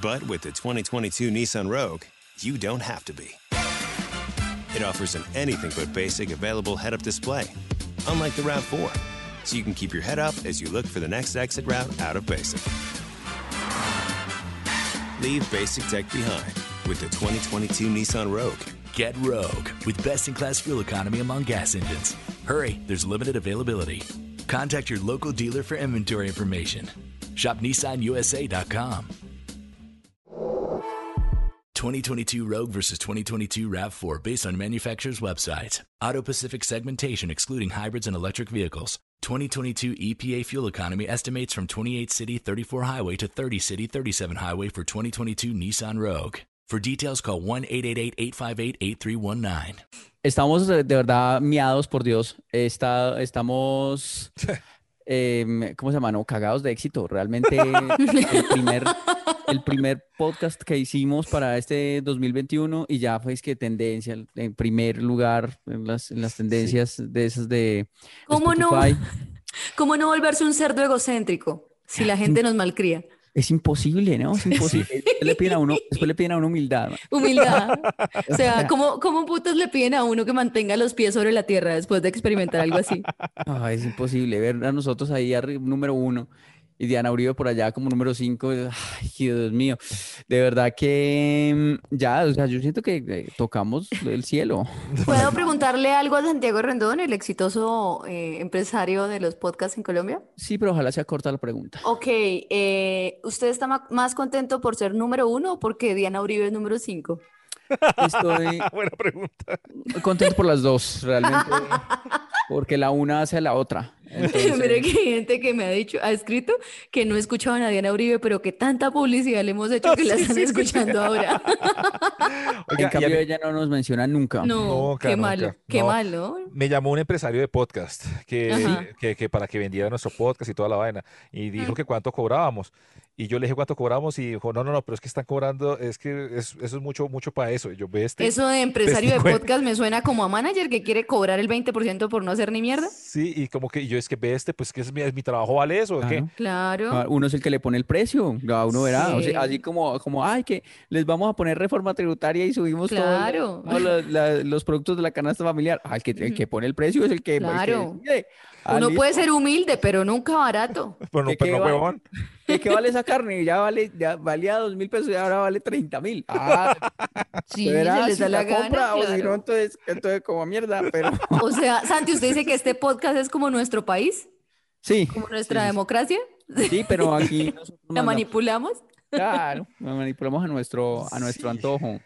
But with the 2022 Nissan Rogue, you don't have to be. It offers an anything but basic available head up display, unlike the RAV4, so you can keep your head up as you look for the next exit route out of basic. Leave basic tech behind with the 2022 Nissan Rogue. Get Rogue with best in class fuel economy among gas engines. Hurry, there's limited availability. Contact your local dealer for inventory information. Shop NissanUSA.com. 2022 Rogue versus 2022 RAV4 based on manufacturer's website. Auto Pacific segmentation excluding hybrids and electric vehicles. 2022 EPA fuel economy estimates from 28 city 34 highway to 30 city 37 highway for 2022 Nissan Rogue. For details call 1-888-858-8319. Estamos eh, de verdad miados, por Dios. Está, estamos, em, ¿cómo se llama? No, cagados de éxito. Realmente el primer, el primer podcast que hicimos para este 2021 y ya fue es que tendencia, en primer lugar en las, en las tendencias de esas de ¿Cómo no? Spotify. ¿Cómo no volverse un cerdo egocéntrico si la gente nos malcría? Es imposible, ¿no? Es imposible. Después, le piden a uno, después le piden a uno humildad. Humildad. O sea, ¿cómo, cómo putas le piden a uno que mantenga los pies sobre la tierra después de experimentar algo así? Ay, Ah, es imposible ver a nosotros ahí arriba, número uno, y Diana Uribe por allá como número cinco. Ay, Dios mío. De verdad que mm, ya, o sea, yo siento que eh, tocamos el cielo. ¿Puedo preguntarle algo a Santiago Rendón, el exitoso eh, empresario de los podcasts en Colombia? Sí, pero ojalá sea corta la pregunta. Ok, eh, ¿usted está ma- más contento por ser número uno o porque Diana Uribe es número cinco? Estoy Buena pregunta. contento por las dos, realmente, porque la una hace a la otra. Mire Entonces, que hay gente que me ha dicho, ha escrito que no escuchaban a Diana Uribe, pero que tanta publicidad le hemos hecho que la están escuchando ahora. en Oiga, y a cambio, mí- ella no nos menciona nunca. No, No, qué Caro, malo, Caro, qué no. malo. me llamó un empresario de podcast Ajá. que, que, que para que vendiera nuestro podcast y toda la vaina. Y dijo que cuánto cobrábamos. Y yo le dije cuánto cobrábamos y dijo, no, no, no, pero es que están cobrando, es que es- eso es mucho, mucho para eso. Y yo, ve este. Eso de empresario de güey. podcast me suena como a manager que quiere cobrar el 20% por no hacer ni mierda. Sí, y como que y yo es que ve este, pues que es mi, es mi trabajo, vale eso, ¿o qué? Claro. Ah, Claro. Uno es el que le pone el precio, ya uno verá. o sea, Sí. así como, como, ay, que les vamos a poner reforma tributaria y subimos todo lo- Claro. todos lo- la- los productos de la canasta familiar. Ah, el que, el que pone el precio es el que. el que Claro. decide. Ah, Uno listo. puede ser humilde, pero nunca barato. Pero no, ¿De pero qué no, va? huevón. ¿De qué vale esa carne? Ya vale, ya valía dos mil pesos y ahora vale treinta mil. Ah, Sí, se verá les si da la la gana, compra o si claro. no, entonces, entonces como mierda, pero O sea, Santi, usted dice que este podcast es como nuestro país, sí, como nuestra sí, democracia, sí, sí, pero aquí nosotros la mandamos- manipulamos. Claro, lo manipulamos a nuestro, a nuestro Sí. antojo.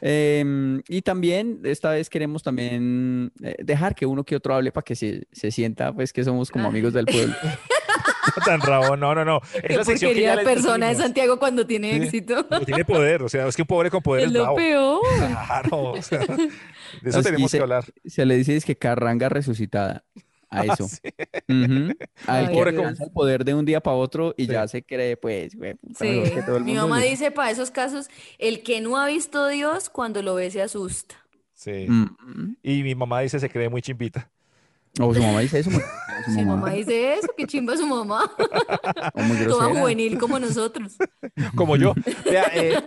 Em, y también, esta vez queremos también eh, dejar que uno que otro hable para que se, se sienta, pues, que somos como amigos del pueblo. Tan rabo, no, no, no. Es Qué la sección que porquería ya de les persona de dijimos. Santiago cuando tiene Sí. éxito. Pero pues, tiene poder, o sea, es que un pobre con poder Es es lo bravo. peor. Claro, o sea, de eso Así tenemos que se- hablar. Se le dice es que carranga resucitada. A eso. Sí. Ujú. Al Ah, Ay, que Pobre le con- lanza el poder de un día para otro y Sí. ya se cree, pues, güey, puta, Sí. mejor que todo el Mi mundo, mamá yo- dice para esos casos, el que no ha visto a Dios cuando lo ve se asusta. Sí. Mm, Y mi mamá dice, se cree muy chimbita. O su mamá dice eso. muy- su Si mi mamá, mamá dice eso, qué chimba su mamá. o muy Toda grosera. juvenil como nosotros. como yo. Vea, eh,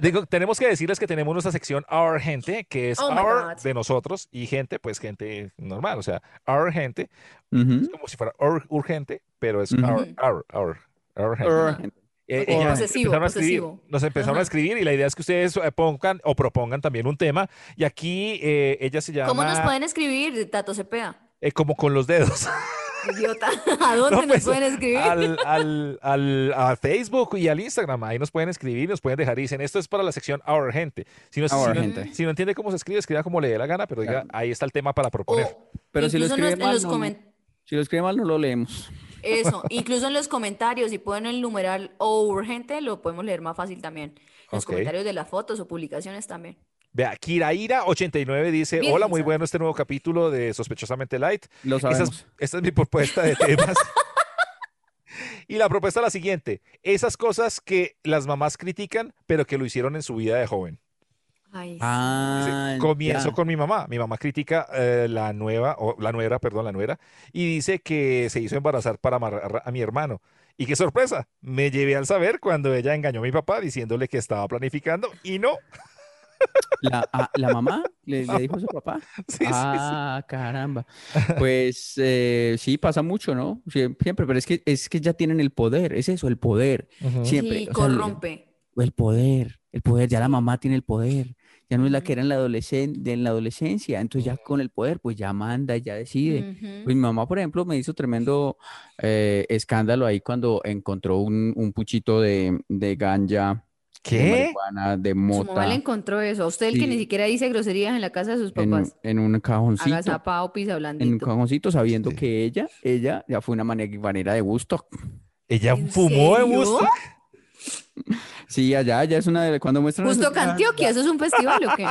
digo, tenemos que decirles que tenemos nuestra sección Our Gente, que es Oh my Our God. de nosotros y gente, pues gente normal, o sea, Our Gente, Ujú. es como si fuera ur- urgente, pero es Ujú. Our, Our, Our, Our Gente. Or- Eh, Or- ellas nos Posesivo, empezaron a escribir, posesivo. nos empezaron a Ajá. escribir y la idea es que ustedes eh, pongan o propongan también un tema y aquí eh, ella se ¿Cómo nos llama pueden escribir, Tato Cepeda? eh, como con los dedos. Idiota. ¿A dónde No, nos pues, pueden escribir? Al, al- al- a Facebook y al Instagram. Ahí nos pueden escribir, nos pueden dejar. Y dicen, esto es para la sección Our Gente. Si no, si Our no- Gente. si no entiende cómo se escribe, escriba como le dé la gana, pero diga, Claro. ahí está el tema para proponer. O Pero si lo incluso en escribe los- en mal, los no, comen- Si lo escribe mal, no lo leemos. Eso, incluso en los comentarios, si pueden el numeral o urgente, lo podemos leer más fácil también. En los Ok. comentarios de las fotos o publicaciones también. Vea, Kiraira89 dice, Virgen hola, muy Santa. bueno este nuevo capítulo de Sospechosamente Light. Lo Esa sabemos. es, esa es mi propuesta de temas. y la propuesta es la siguiente. Esas cosas que las mamás critican, pero que lo hicieron en su vida de joven. Ay, sí. Dice, Ah, comienzo ya. con mi mamá. Mi mamá critica eh, la nueva, o la nuera, perdón, la nuera, y dice que se hizo embarazar para amarrar a mi hermano. Y qué sorpresa, me llevé al saber cuando ella engañó a mi papá diciéndole que estaba planificando y no. La, ah, ¿la mamá le, le dijo a su papá. Sí, sí, sí. ah, caramba. Pues eh, sí, pasa mucho, ¿no? Siem- Siempre, pero es que, es que ya tienen el poder, es eso, el poder. Siempre. Sí, o sea, el- corrompe. el poder, el poder, ya la mamá tiene el poder. Ya no es la que era en la, adolescen- de- en la adolescencia, entonces ya con el poder, pues ya manda, ya decide. Ujú. Pues mi mamá, por ejemplo, me hizo tremendo eh, escándalo ahí cuando encontró un, un puchito de, de ganja, de ¿Qué? marihuana, de Su mamá le mota, encontró eso. A usted el que ni Sí. siquiera dice groserías en la casa de sus en, un- papás. en un cajoncito, Agazapado, pisa en un blandito. cajoncito, sabiendo Sí. que ella, ella ya fue una mane- manera de gusto. ¿Ella ¿En fumó en serio? gusto? Sí, allá, allá es una de cuando muestran esas Justo viejas- Antioquia, ¿eso es un festival o qué?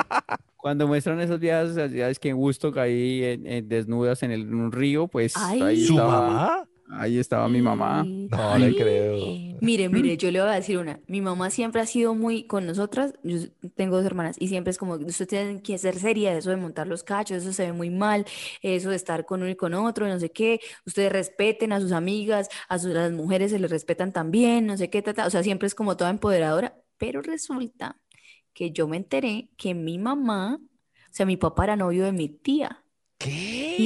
Cuando muestran esas viejas, ya es que en Woodstock ahí en- en- desnudas en, el, en un río, pues Ay. ahí ¿Su estaba, mamá? ahí estaba mi mamá. No le creo. Mire, mire, yo le voy a decir una. Mi mamá siempre ha sido muy con nosotras. Yo s- tengo dos hermanas y siempre es como, usted tiene que ser seria, eso de montar los cachos, eso se ve muy mal, eso de estar con uno y con otro, no sé qué. Ustedes respeten a sus amigas, a sus, las mujeres se les respetan también, no sé qué, ta, ta". O sea, siempre es como toda empoderadora. Pero resulta que yo me enteré que mi mamá, o sea, mi papá era novio de mi tía y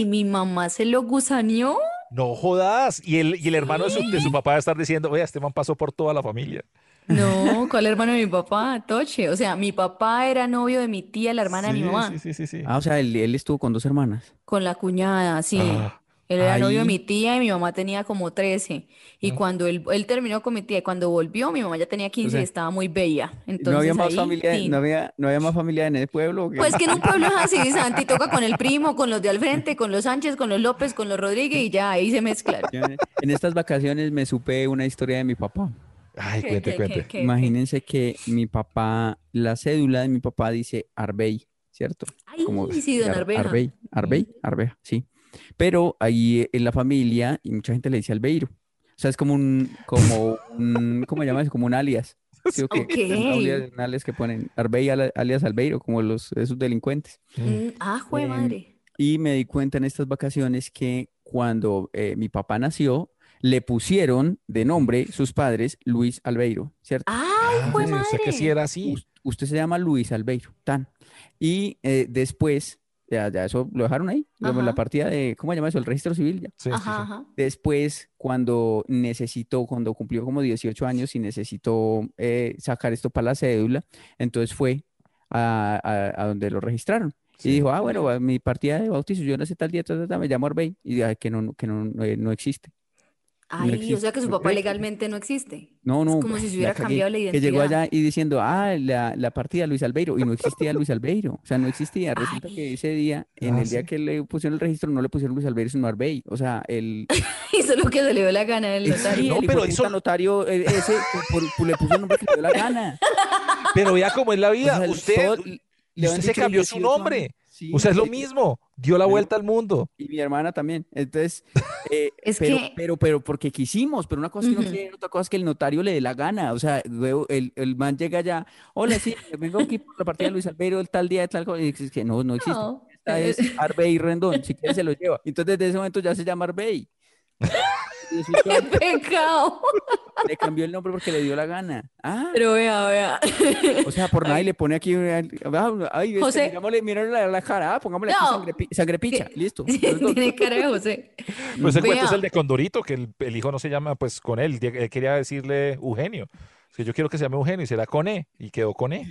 ¿Qué? mi mamá se lo gusaneó. No jodas. Y el, y el hermano de su, de su papá va a estar diciendo, oye, este man pasó por toda la familia. No, ¿cuál hermano de mi papá? Toche. O sea, mi papá era novio de mi tía, la hermana de mi Sí, mamá, Sí, sí, sí, sí. Ah, o sea, él, él estuvo con dos hermanas. con la cuñada, sí. Ah, Él era novio de ahí. mi tía y mi mamá tenía como 13. Y cuando él, él terminó con mi tía y cuando volvió, mi mamá ya tenía 15 sea, y estaba muy bella. ¿No había Entonces más ahí, familia, sí. no había, no había más familia en el pueblo? o qué? Pues que en un pueblo es así, Santi toca con el primo, con los de al frente, con los Sánchez, con los López, con los Rodríguez y ya ahí se mezclaron. Yo en- En estas vacaciones me supe una historia de mi papá. Ay, ¿Qué, cuente, qué, cuente. qué, qué? Imagínense que mi papá, la cédula de mi papá dice Arbey, ¿cierto? Ay, como sí, don Ar- Arbeja. Arbey, Arbey, Arbeja, sí. Pero ahí eh, en la familia, y mucha gente le dice Albeiro. O sea, es como un, como un, ¿cómo se llama eso? Como un alias. ¿sí o qué? Un alias, Ok. un alias que ponen Arbey al- alias Albeiro, como los, esos delincuentes. Mm, ah, jue Em, madre. Y me di cuenta en estas vacaciones que cuando eh, mi papá nació, le pusieron de nombre sus padres Luis Albeiro, ¿cierto? Ay, jue Ay, yo sé que Ah, sí madre. era así. Us- Usted se llama Luis Albeiro, tan. Y eh, después, ya, ya eso lo dejaron ahí, lo- la Ajá. partida de, ¿cómo se llama eso? El registro civil. ya. Sí, sí, Ajá, sí. ajá. Después, cuando necesitó, cuando cumplió como 18 años y necesitó eh, sacar esto para la cédula, entonces fue a, a- a donde lo registraron. Y Sí. dijo, ah, bueno, va- mi partida de bautizo, yo no sé tal día, ta, ta, ta, me llamo Arbey. Y dije, "Ay, que no, no- que no, no, eh, no existe. No Ay, o sea existe. que su papá legalmente no existe. No, no, pues, como si se la hubiera cagué, cambiado la Que llegó identidad. allá y diciendo, ah, la, la partida Luis Albeiro, y no existía Luis Albeiro, o sea, no existía. Resulta que Ay. ese día, en Ah, el día sí. que le pusieron el registro, no le pusieron Luis Albeiro, sino Arbey. O sea, el, Hizo lo que se le dio la gana del Eh, notario. sí, No, el hijo pero de hizo- puta notario eh, ese que por- por- le puso el nombre que le dio la gana. Pero vea cómo es la O vida. sea, el- usted, todo- le habían usted se dicho cambió su 18 años. nombre. Sí, o sea, es lo eh, mismo. Dio la Pero- vuelta al mundo. Y mi hermana también. Entonces, eh, Es pero, que- pero, pero porque quisimos, pero una cosa es que uno Ujú. quiere, otra cosa es que el notario le dé la gana. O sea, luego el, el man llega allá, hola, sí, vengo aquí por la partida de Luis Albeiro, el tal día, tal cosa. Y es que no, no existe. No. eh, Esta es Arbey Rendón, si quiere se lo lleva. Entonces, desde ese momento ya se llama Arbey. Y así ¡Qué que pecado! Le cambió el nombre porque le dio la gana. Ah, Pero vea, vea. O sea, por nadie le pone aquí. una- ah, Ay, este, José. mirámosle, mirámosle la, la cara, ah, pongámosle aquí No. sangre, pi- sangre picha, listo. Tiene cara de José. Pues el cuento es Vea. el de Condorito, que el, el hijo no se llama pues con él. de- eh, Quería decirle Eugenio. Es que yo quiero que se llame Eugenio y será con E. Y quedó con E.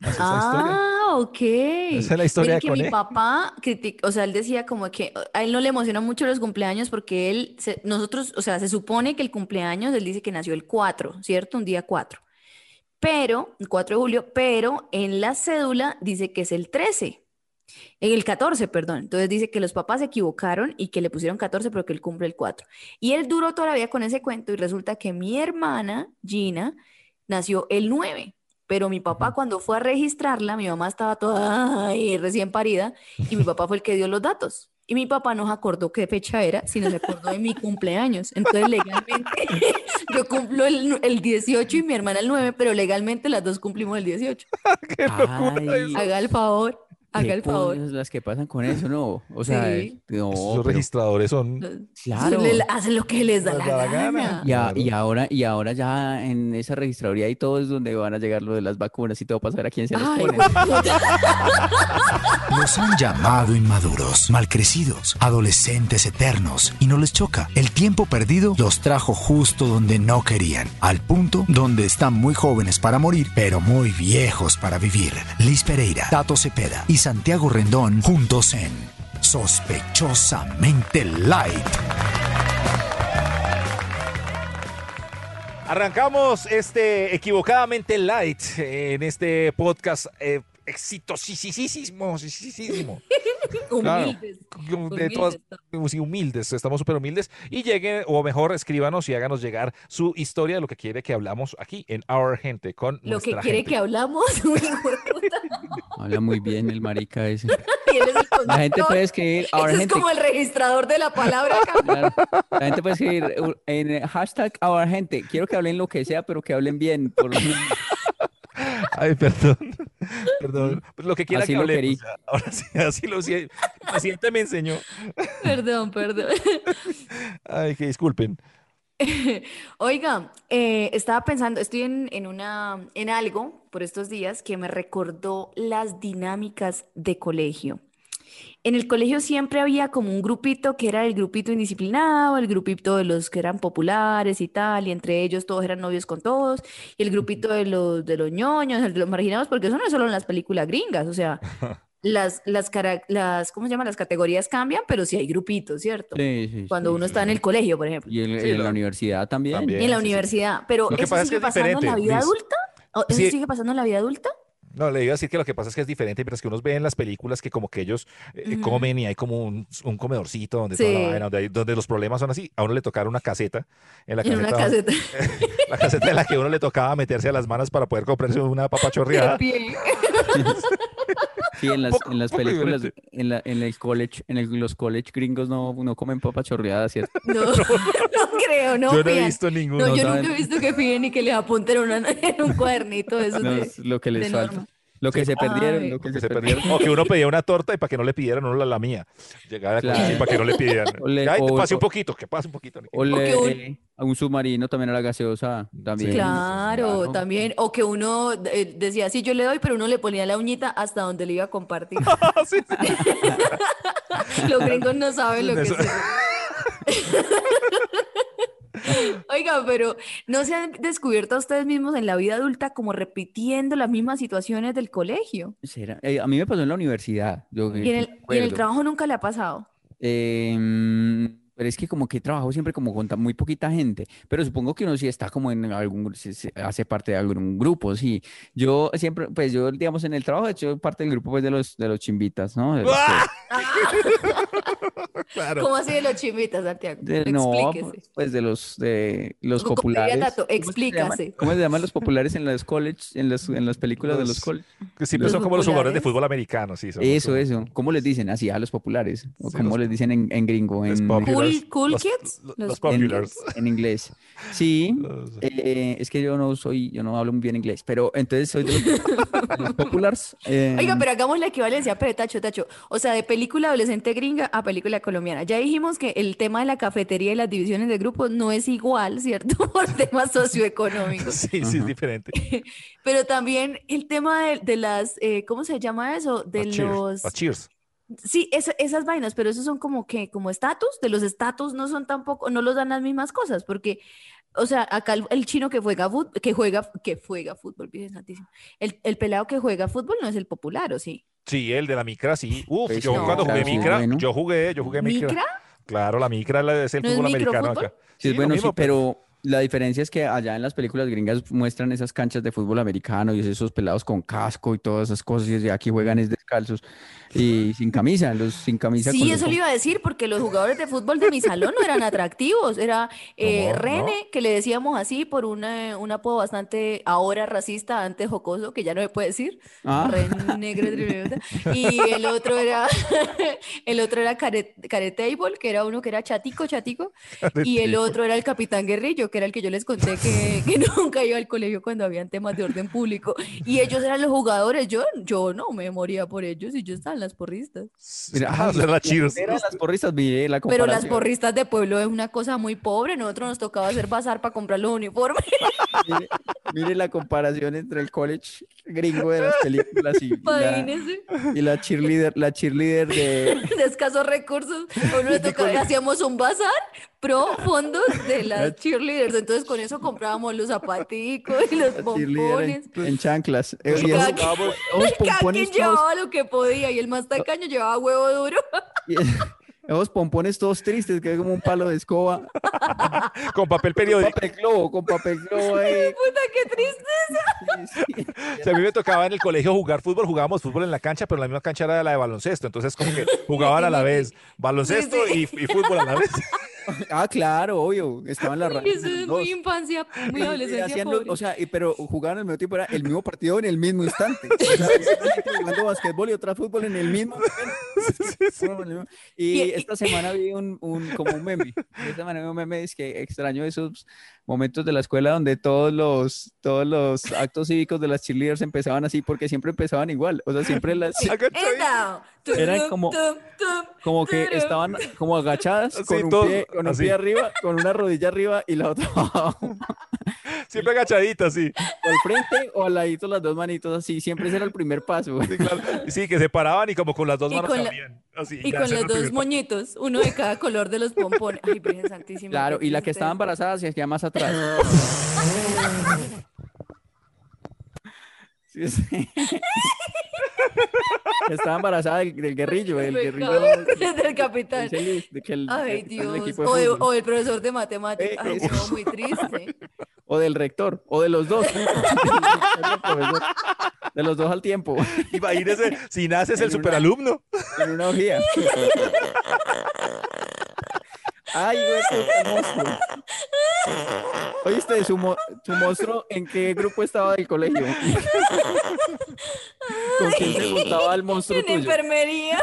Así es la historia. Ah, ok. Esa es la historia Mire de E. que mi Coné. papá critic- o sea, él decía como que a él no le emocionan mucho los cumpleaños porque él, se- nosotros, o sea, se supone que el cumpleaños, él dice que nació el 4, ¿cierto? Un día 4. Pero, el 4 de julio, pero en la cédula dice que es el 13. En el 14, perdón. Entonces dice que los papás se equivocaron y que le pusieron 14, pero que él cumple el 4. Y él duró todavía con ese cuento y resulta que mi hermana, Gina, nació el 9. Pero mi papá cuando fue a registrarla, mi mamá estaba toda ay, recién parida y mi papá fue el que dio los datos. Y mi papá no se acordó qué fecha era, sino se acordó de mi cumpleaños. Entonces legalmente yo cumplo el, el 18 y mi hermana el 9, pero legalmente las dos cumplimos el 18. Qué locura Ay, eso. Haga el favor, qué haga el favor. cosas las que pasan con eso, ¿no? O sea, Sí. no, Esos pero- registradores son... claro. Le- hacen lo que les da la Les da la gana. gana. Y, a- Claro. y ahora, y ahora ya en esa registraduría y todo es donde van a llegar lo de las vacunas y todo para saber a quién se las Ay, pone. Los han llamado inmaduros, malcrecidos, adolescentes eternos y no les choca. El tiempo perdido los trajo justo donde no querían, al punto donde están muy jóvenes para morir, pero muy viejos para vivir. Liz Pereira, Tato Cepeda y Santiago Rendón juntos en Sospechosamente Light. Arrancamos este equivocadamente light en este podcast eh, exitosísimo, sisísimo. humildes. de todas sí, humildes, estamos súper humildes y lleguen, o mejor escríbanos y háganos llegar su historia de lo que quiere que hablamos aquí en Our Gente con Lo que nuestra quiere gente. que hablamos, un hijo de puta, Habla muy bien el marica ese. y él es el La gente conductor. puede escribir, ahora Ese es gente, como el registrador de la palabra. cabrón. claro. la gente puede escribir uh, en eh, hashtag ahora gente, quiero que hablen lo que sea, pero que hablen bien. por lo menos. Ay, perdón. Perdón. Pues lo que quiera Mm, Así que lo hablemos. querí. o sea, Ahora sí, así lo siento. El paciente me enseñó. Perdón, perdón. Ay, que disculpen. Oiga, eh, estaba pensando, estoy en, en una, en algo por estos días que me recordó las dinámicas de colegio. En el colegio siempre había como un grupito que era el grupito indisciplinado, el grupito de los que eran populares y tal, y entre ellos todos eran novios con todos, y el grupito de los, de los ñoños, el de los marginados, porque eso no es solo en las películas gringas, o sea, las, las, cara- las, ¿cómo se llama? Las categorías cambian, pero sí hay grupitos, ¿cierto? Sí, sí, Cuando sí, uno sí. está en el colegio, por ejemplo. Y en, Sí, y en lo- la universidad también. También. En la sí, sí. universidad, pero Lo que ¿eso pasa es que sigue es pasando en la diferente, vida Liz. adulta? ¿O ¿Eso Sí. sigue pasando en la vida adulta? No, le iba a decir que lo que pasa es que es diferente, pero es que unos ven las películas que como que ellos eh, Ujú. comen y hay como un, un comedorcito donde toda la Sí. vaina, donde, hay- donde los problemas son así. A uno le tocaron una caseta, en la En una caseta caseta, la caseta en la que uno le tocaba meterse a las manos para poder comprarse una papa de chorreada. pie. Sí, en las, Poco- en las poco películas, diferente. en, la, en el college, en el- los college gringos no, no comen papa chorreada, ¿cierto? No, no creo, no Yo no he fían. visto ninguno. No, yo no nunca saben. he visto que piden y que les apunten una- en un cuadernito de esos No, de- es lo que les de falta. norma. Lo que Sí. se perdieron, Ay. lo que que se, se perdieron. perdieron. O que uno pedía una torta y para que no le pidieran uno la lamía. Llegaba la Claro. cochina y para que no le pidieran. O le- Ay, que o- pase un o- poquito, que pase un poquito. O O que le- un- eh, a un submarino también a la gaseosa. También. Claro, Claro. también. O que uno eh, decía, sí, yo le doy, pero uno le ponía la uñita hasta donde le iba a compartir. Sí, sí. Los gringos no saben lo que es Eso. eso. Oiga, pero ¿no se han descubierto a ustedes mismos en la vida adulta como repitiendo las mismas situaciones del colegio? ¿Será? Eh, a mí me pasó en la universidad. Yo, Y en el, y en el recuerdo. trabajo nunca le ha pasado. Eh, mm, pero es que como que trabajo siempre como con tan- muy poquita gente, pero supongo que uno sí está como en algún, gru- sí, sí, hace parte de algún grupo, sí. Yo siempre, pues yo, digamos, en el trabajo he hecho parte del grupo pues de los, de los chimbitas, ¿no? De los que- ¡Ah! Claro. ¿Cómo así de los chimitas, Santiago? de- no, Explíquese. pues de los, de los Como diría populares. ¿Cómo Tato, es que se llaman? explícase. ¿Cómo se llaman los populares en las college, en las, en las películas de los Los- college? Que siempre Los son como los jugadores de populares. fútbol americano, sí. son los- Eso, eso. ¿Cómo les dicen? Así a los populares. ¿O Sí, cómo los- les dicen en, en gringo? los en, populares. Cool, cool Los- kids. los- Los- Los en- populars. en inglés. Sí. Los- Eh, es que yo no soy, yo no hablo muy bien inglés, pero entonces soy de los, de los populars. eh, Mm. Oiga, pero hagamos la equivalencia, pero Tacho, Tacho. O sea, de película adolescente gringa a película colombiana. Ya dijimos que el tema de la cafetería y las divisiones de grupos no es igual, ¿cierto? Por temas socioeconómicos. Sí, sí, es diferente. Pero también el tema de, de las, eh, ¿cómo se llama eso? De Los cheers, los... los cheers. Sí, esa- esas vainas, pero esos son como que, como estatus, de los estatus no son tampoco, no los dan las mismas cosas, porque o sea, acá el, el chino que juega fútbol, que juega, que juega fútbol, Virgen Santísima. El, el pelado que juega fútbol no es el popular, ¿o sí? Sí, el de la micra, sí. Uf, Pues yo no, cuando jugué claro, sí, micra, bueno. yo jugué, yo jugué micra. ¿Micra? Claro, la micra la- es el ¿No es fútbol americano microfútbol? acá. Sí, es lo bueno, sí, mismo, pues. pero la diferencia es que allá en las películas gringas muestran esas canchas de fútbol americano y esos pelados con casco y todas esas cosas, y aquí juegan es descalzos y sin camisa, los sin camisa con Sí, los eso le iba a decir, porque los jugadores de fútbol de mi salón no eran atractivos. Era eh, No, no. Rene, que le decíamos así por una- un apodo bastante ahora racista, antes jocoso, que ya no se puede decir. Ah. René Gregorio. Y el otro era, el otro era Care- Caretable, que era uno que era chatico, chatico. Y el otro era el Capitán Guerrillo, que era el que yo les conté que, que nunca iba al colegio cuando habían temas de orden público. Y ellos eran los jugadores. Yo, yo no me moría por ellos y yo estaba en las porristas. Mira, Ah, ah, o sea, la chiros. Era las porristas, miré la Pero las comparación. porristas de pueblo es una cosa muy pobre. Nosotros nos tocaba hacer bazar para comprar los uniformes. Mire, mire la comparación entre el college gringo de las películas y la, Imagínense, y la cheerleader, la cheerleader de, de escasos recursos. A uno le tocaba- hacíamos un bazar pro fondos de las cheerleaders. Entonces con eso comprábamos los zapaticos y los la cheerleader pompones. en, en chanclas. Pues, Eh, y Y cada esos- quien- esos Cada pompones quien todos- Ah. llevaba lo que podía y el más tacaño llevaba huevo duro. Y esos pompones todos tristes, que es como un palo de escoba. Con papel Con periódico. papel globo, con papel globo. eh. Puta, qué tristeza. Sí, sí. Si a mí me tocaba en el colegio jugar fútbol, jugábamos fútbol en la cancha, pero la misma cancha era la de baloncesto. Entonces, como que jugaban a la vez baloncesto y, y fútbol a la vez. Ah, claro, obvio. Estaban las ramas. Eso es muy infancia, muy adolescencia. Hacían lo- pobre. o sea, y- pero jugaban al mismo tiempo, era el mismo partido en el mismo instante. O sea, una gente jugando basquetbol y otra fútbol en el mismo momento. Bueno, en el mismo- Y Y- esta semana vi un, un- como un meme. Esta semana vi un meme, es que extraño esos momentos de la escuela donde todos los, todos los actos cívicos de las cheerleaders empezaban así, porque siempre empezaban igual. O sea, siempre las, Eta, tum, Eran tum, como- tum, tum. como que Pero- estaban como agachadas Así, con un, todos, pie, con un así. pie arriba, con una rodilla arriba y la otra abajo. Siempre agachaditas, sí. O al frente o al ladito las dos manitos así. Siempre ese era el primer paso. Sí, claro. Sí, que se paraban y como con las dos Y manos con la- también. Así, Y ya, con los ese era dos el primer paso. moñitos, uno de cada color de los pompones. Ay, Virgen Santísima. Claro, qué y la que estaba tristeza. embarazada se hacía más atrás. Sí, sí. Estaba embarazada del, del guerrillo, el Me guerrillo cago en el capitán. es el- de que el- Ay, el capitán del Dios. equipo de O, de- fútbol. o el profesor de matemáticas. Eh, Ay, uf. estuvo muy triste. O del rector, o de los dos. de los dos al tiempo, Imagínese, si naces el En una- superalumno. en una orgía. Ay, güey, qué monstruo. Oíste, su, mo- su monstruo, ¿en qué grupo estaba del colegio? ¿Con quién se juntaba el monstruo En tuyo? enfermería.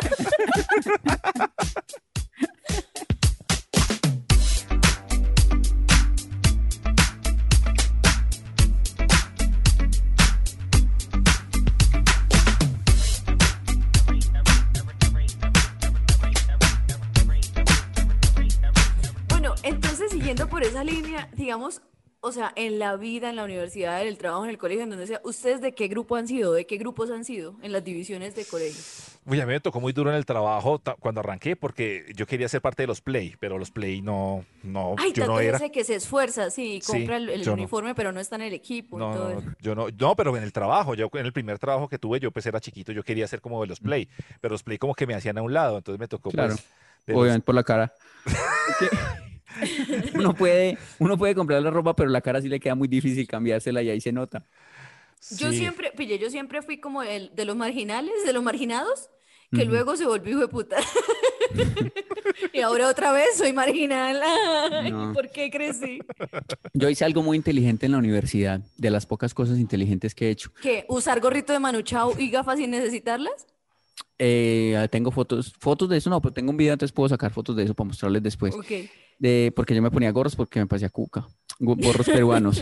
Bueno, entonces siguiendo por esa línea, digamos, o sea, en la vida, en la universidad, en el trabajo, en el colegio, en donde sea, ¿ustedes de qué grupo han sido? ¿De qué grupos han sido en las divisiones de colegio? Uy, a mí me tocó muy duro en el trabajo ta- cuando arranqué porque yo quería ser parte de los play, pero los play no, no, Ay, Oh, yo tanto no es era. ese que se esfuerza, sí, y Sí, compra el, el yo no. uniforme, pero no está en el equipo. y No, todo no, eso. no, yo no, no, pero en el trabajo, yo en el primer trabajo que tuve, yo pues era chiquito, yo quería ser como de los play, pero los play como que me hacían a un lado, entonces me tocó Claro. pues, de los- Obviamente por la cara. Es que uno puede, uno puede comprar la ropa, pero la cara sí le queda muy difícil cambiársela y ahí se nota. Yo Sí. siempre, pille, yo siempre fui como el de los marginales, de los marginados, que luego se volvió hijo de puta. y ahora otra vez soy marginal. Ay, No. ¿Por qué crecí? Yo hice algo muy inteligente en la universidad, de las pocas cosas inteligentes que he hecho. ¿Qué? ¿Usar gorrito de manuchao y gafas sin necesitarlas? Eh, tengo fotos, fotos de eso, no, pero tengo un video, entonces puedo sacar fotos de eso para mostrarles después. Ok. De, porque yo me ponía gorros porque me pasé a cuca, Go- gorros peruanos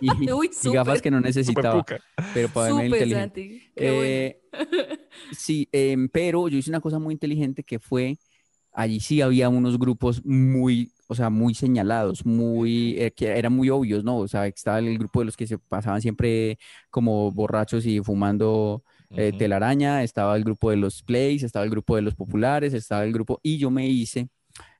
y, Uy, y gafas súper. que no necesitaba, Superpuca. pero para verme Súper, inteligente. Santi. Qué bueno. Eh, sí, em, pero yo hice una cosa muy inteligente que fue, allí sí había unos grupos muy, o sea, muy señalados, muy, eh, que eran muy obvios, ¿no? O sea, estaba el grupo de los que se pasaban siempre como borrachos y fumando eh, Ujú. telaraña, estaba el grupo de los plays, estaba el grupo de los populares, estaba el grupo, y yo me hice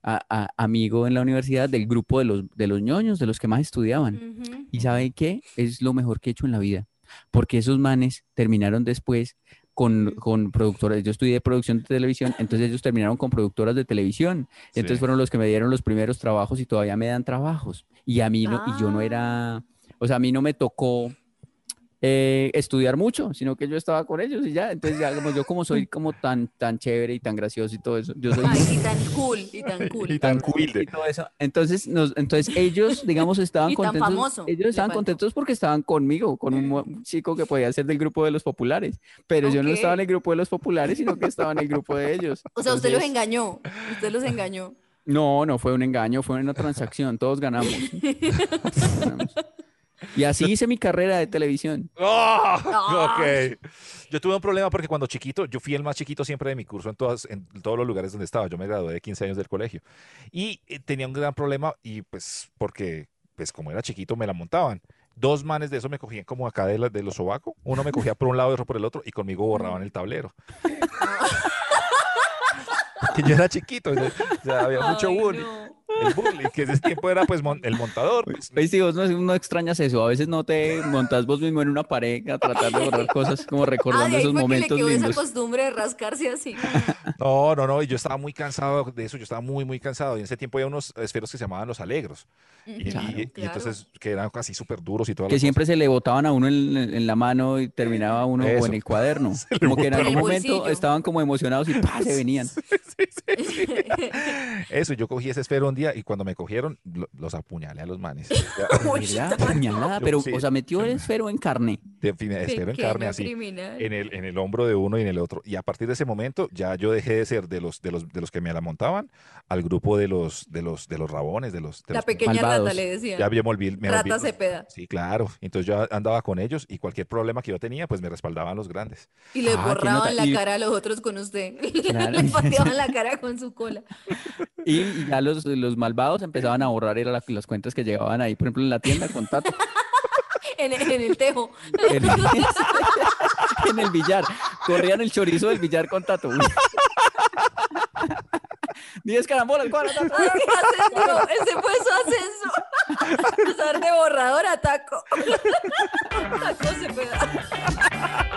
a- a- amigo en la universidad del grupo de los, de los ñoños, de los que más estudiaban. Ujú. ¿Y saben qué? Es lo mejor que he hecho en la vida. Porque esos manes terminaron después con, Ujú. con productoras. Yo estudié producción de televisión, entonces ellos terminaron con productoras de televisión. Entonces fueron los que me dieron los primeros trabajos y todavía me dan trabajos. Y a mí no, y yo no Ah. era, o sea, a mí no me tocó eh, estudiar mucho, sino que yo estaba con ellos y ya. Entonces ya como yo como soy como tan, tan chévere y tan gracioso y todo eso, yo soy Ay, y tan cool, y tan cool. Y tan y humilde. todo eso. Entonces, nos, entonces ellos, digamos, estaban Y tan contentos. famoso, ellos le estaban faltó. contentos porque estaban conmigo, con un, mo- un chico que podía ser del grupo de los populares. Pero yo no estaba en el grupo de los populares, sino que estaba en el grupo de ellos. O sea, usted los Entonces, engañó, usted los engañó. No, no fue un engaño, fue una transacción. Todos ganamos. Todos ganamos. Y así hice mi carrera de televisión. ¡Ah! Ay. Ok. Yo tuve un problema porque cuando chiquito, yo fui el más chiquito siempre de mi curso en, todas, en todos los lugares donde estaba. Yo me gradué de 15 años del colegio. Y eh, tenía un gran problema y pues porque, pues como era chiquito, me la montaban. Dos manes de eso me cogían como acá de, la- de los sobacos. Uno me cogía por un lado y otro por el otro y conmigo borraban el tablero. Porque yo era chiquito, ya, ya había mucho Ay, bullying. no. El bullying, que en ese tiempo era pues mon- el montador. pues, ¿Ves? Y vos no, no extrañas eso. A veces no te montas vos mismo en una pared a tratar de borrar cosas, como Ah, de recordando ahí esos fue que le momentos quedó esa lindos. costumbre de rascarse así. No, no, no, y yo estaba muy cansado de eso, yo estaba muy, muy cansado. Y en ese tiempo había unos esferos que se llamaban los alegros. Y, y- Claro. y Claro. entonces, que eran casi súper duros y todo. que siempre se le botaban a uno en, en la mano y terminaba uno Eso. o en el cuaderno. le Como que en algún botaba. En el momento bolsillo. estaban como emocionados y ¡pa! se venían. Eso, yo cogí ese esfero un día y cuando me cogieron, lo- los apuñalé a los manes. Ya, Era puñalada, pero, Sí. o sea, metió el esfero en carne. de fin- esfero en carne Pequeño así. criminal. En el, en el hombro de uno y en el otro. Y a partir de ese momento ya yo dejé de ser de los, de los, de los que me la montaban al grupo de los, de los, de los rabones, de los... de La los- pequeña malvados. rata le decían. Ya me volví, me volví- Rata Cepeda. Sí, claro. Entonces yo andaba con ellos y cualquier problema que yo tenía, pues me respaldaban los grandes. Y le Ah, qué nota. borraban la Y- cara a los otros con usted. Claro. le pateaban la cara con su cola. Y y ya los, los malvados empezaban a borrar era la- las cuentas que llegaban ahí, por ejemplo, en la tienda con Tato. En, el- en el tejo. En, en el billar. Corrían el chorizo del billar con Tato. Diez carambolas, ¿cuál? Tato? Ay, ascenso, ese fue su ascenso. A pesar de borrador, ataco. Taco Cepeda.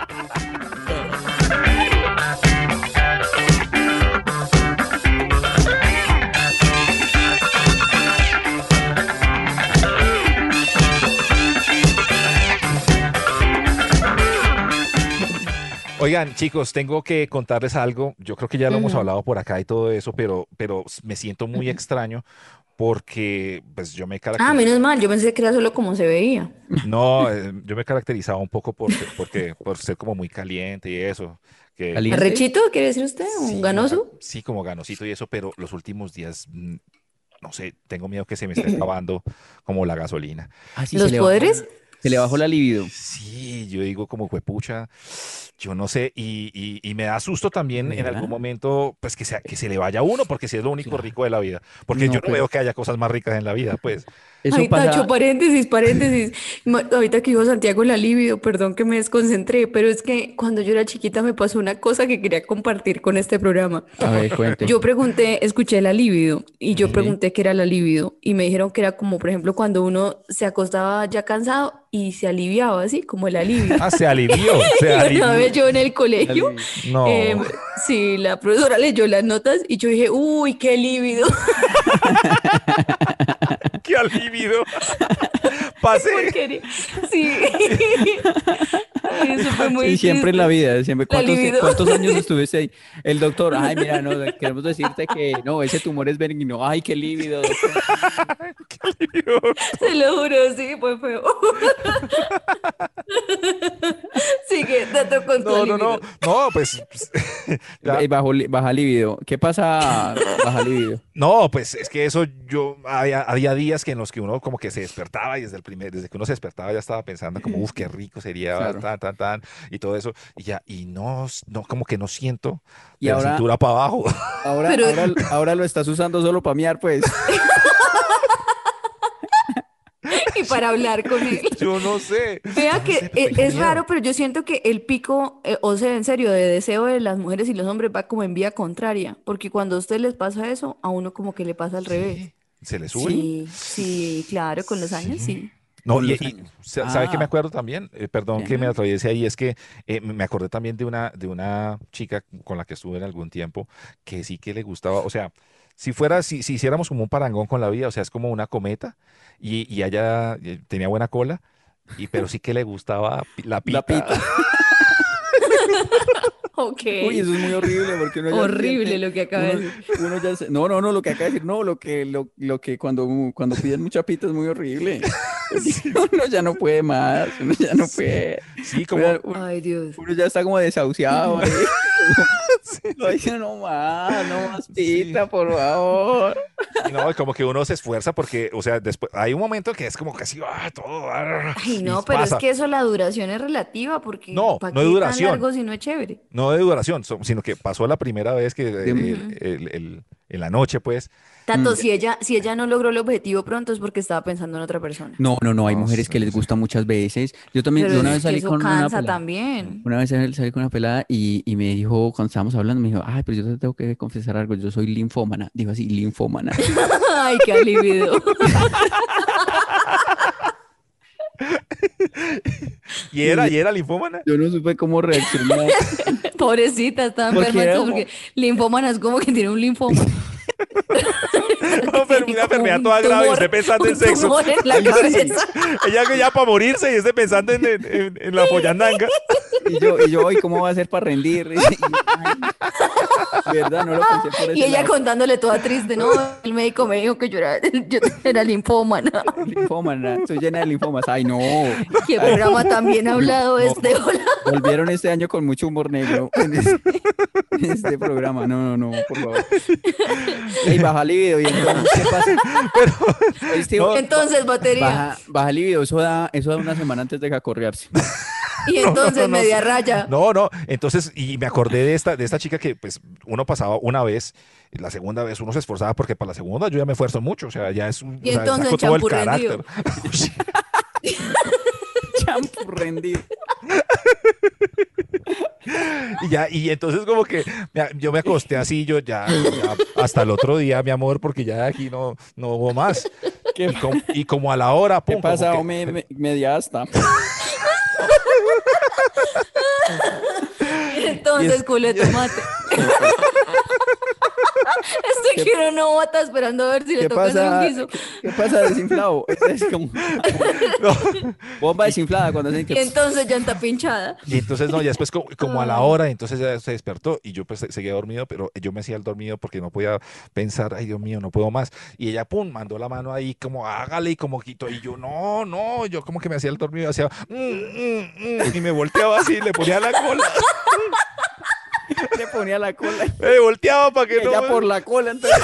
Oigan, chicos, tengo que contarles algo. Yo creo que ya lo hemos hablado por acá y todo eso, pero, pero s- me siento muy extraño porque pues yo me Ah, caracterizo. menos mal, yo pensé que era solo como se veía. No, eh, yo me caracterizaba un poco por, ser- porque, por ser como muy caliente y eso. Que, Caliente. ¿Arrechito quiere decir usted? Sí, ¿Un ga- ganoso? Sí, como ganosito y eso, pero los últimos días, mm, no sé, tengo miedo que se me esté acabando como la gasolina. Ah, sí, se ¿Los le bajó- poderes? Se le bajó la libido. Sí, yo digo como huepucha, yo no sé, y, y- y me da susto también en algún ¿Verdad? momento, pues que, sea, que se le vaya a uno, porque si es lo único Claro. rico de la vida, porque yo No, pues. no pero- veo que haya cosas más ricas en la vida, pues. Eso Ay, pasa- Tacho, paréntesis, paréntesis. Ma- Ahorita que dijo Santiago la libido, perdón que me desconcentré, pero es que cuando yo era chiquita me pasó una cosa que quería compartir con este programa. A ver, cuente. Yo pregunté, escuché la libido y yo Sí. pregunté qué era la libido y me dijeron que era como, por ejemplo, cuando uno se acostaba ya cansado y se aliviaba, así como el alivio. Ah, se alivió, se Y una vez alivió. yo en el colegio, No, eh, sí, la profesora leyó las notas y yo dije, uy, qué libido. qué alivio. Pasé, Porquería. Sí. Ay, Eso fue muy Sí, siempre en la triste. vida, siempre. Pues La ¿Cuántos, libido. cuántos años estuviste ahí? El doctor, ay, mira, no, queremos decirte que no, ese tumor es benigno. Ay, qué lívido, doctor. Se lo juro, sí, fue feo. Sigue, dato con tu no, no, no, libido. no, pues, pues, ya- Eh, bajo li- baja lívido. ¿Qué pasa? Baja lívido. No, pues es que eso yo había, había días que en los que uno como que se despertaba y desde el primer, desde que uno se despertaba ya estaba pensando como, uff, qué rico sería, Claro. tan, tan, tan, y todo eso, y ya, y no, no, como que no siento Y de la ahora- cintura para abajo. Ahora, Pero- ahora, ahora lo estás usando solo para miar, pues. Y que para hablar con él. Yo no sé. Vea que sé, pero e- tengo es miedo. raro, pero yo siento que el pico, eh, o sea, en serio, de deseo de las mujeres y los hombres va como en vía contraria, porque cuando a usted les pasa eso, a uno como que le pasa al revés. ¿Se le sube? Sí, sí, claro, con los años sí. No, Con y, los y- años. sa- ¿sabe qué me Ah. acuerdo también? Eh, perdón que me atraviese ahí, es que eh, me acordé también de una, de una chica con la que estuve en algún tiempo que sí que le gustaba, o sea, si fuera, si, si hiciéramos como un parangón con la vida, o sea, es como una cometa y, y ella eh, tenía buena cola, y, pero sí que le gustaba pi- la La pita. pita. Ok, Uy, eso es muy horrible porque uno ya horrible siente- lo que acaba de Uno, decir. uno ya se- no, no, no, lo que acaba de decir, no, lo que, lo, lo que cuando, cuando piden mucha pita es muy horrible. Uno ya no puede más, uno ya no puede. Sí, como, Uno, uno- Ay, Dios. uno ya está como desahuciado. ahí. No, dice, no más, no más Sí. pita, por favor. y no, y como que uno se esfuerza porque, o sea, después hay un momento que es como casi, ah, todo, ah, Ay, y no, pero es pasa. que eso la duración es relativa, porque No, ¿pa' no qué es tan duración. largo si no es chévere? No de duración, so- sino que pasó la primera vez que eh, el- el- el- en la noche, pues. Tato, si ella, si ella no logró el objetivo pronto es porque estaba pensando en otra persona. No, no, no, hay No mujeres sé, que no les sé. gusta muchas veces. Yo también, Pero yo una vez es que salí eso con una cansa pelada. también. Una vez sal- salí con una pelada y, y me dijo, cuando estábamos hablando, me dijo, ay, pero yo te tengo que confesar algo, yo soy linfómana. Dijo así, linfómana. Ay, qué alivio. ¿Y era, y era linfómana? Yo no supe cómo reaccionar. Pobrecita, está Porque enferma, era entonces, como- porque linfómana es como que tiene un linfoma. No, pero Tiene una como enfermedad un toda grave y tumor, usted pensando un en sexo. tumor en la cabeza. Ella que ya para morirse y esté pensando en, en- en- en la follandanga. Y yo, y yo, ¿y cómo va a ser para rendir? Y- ay, verdad, no lo pensé por Y ese ella lado. contándole toda triste, ¿no? El médico me dijo que yo era, yo era linfómana. Linfómana, soy llena de linfomas. Ay, no. Qué programa también ha hablado este. Hola. Volvieron este año con mucho humor negro en este, en este programa. No, no, no, por favor. Ey, baja libido y entonces, ¿qué pasa? Este, Entonces, batería. baja, baja libido, eso da, eso da una semana antes de cacorrearse. Y entonces, no, no, media raya. No, no. Entonces, y me acordé de esta, de esta chica que, pues, uno pasaba una vez, y la segunda vez uno se esforzaba porque para la segunda yo ya me esfuerzo mucho. O sea, ya es un. Y o sea, entonces, saco todo el champú carácter. rendido. Champú rendido. Y ya, y entonces como que me- yo me acosté así, yo ya, ya hasta el otro día, mi amor, porque ya de aquí no, no hubo más. Y, com- y como a la hora, pum, ¿Qué como pasa, que- hombre? Me- Media hasta. Y entonces, culo de tomate. Este que uno no bota esperando a ver si le ¿Qué toca hacer un pasa? guiso. ¿Qué, qué pasa desinflado? Eso Es como No. bomba desinflada cuando hacen Y que entonces, llanta pinchada. Y entonces no, ya después co- como, a la hora, entonces ya se despertó y yo pues se- seguía dormido, pero yo me hacía el dormido porque no podía pensar, ay Dios mío, no puedo más. Y ella, pum, mandó la mano ahí como hágale y como quito. Y yo, no, no, yo como que me hacía el dormido, hacía, "Mm, mm, mm", y me volteaba así, le ponía la cola, le ponía la cola y me Eh, volteaba para que no... ella por la cola. Entonces,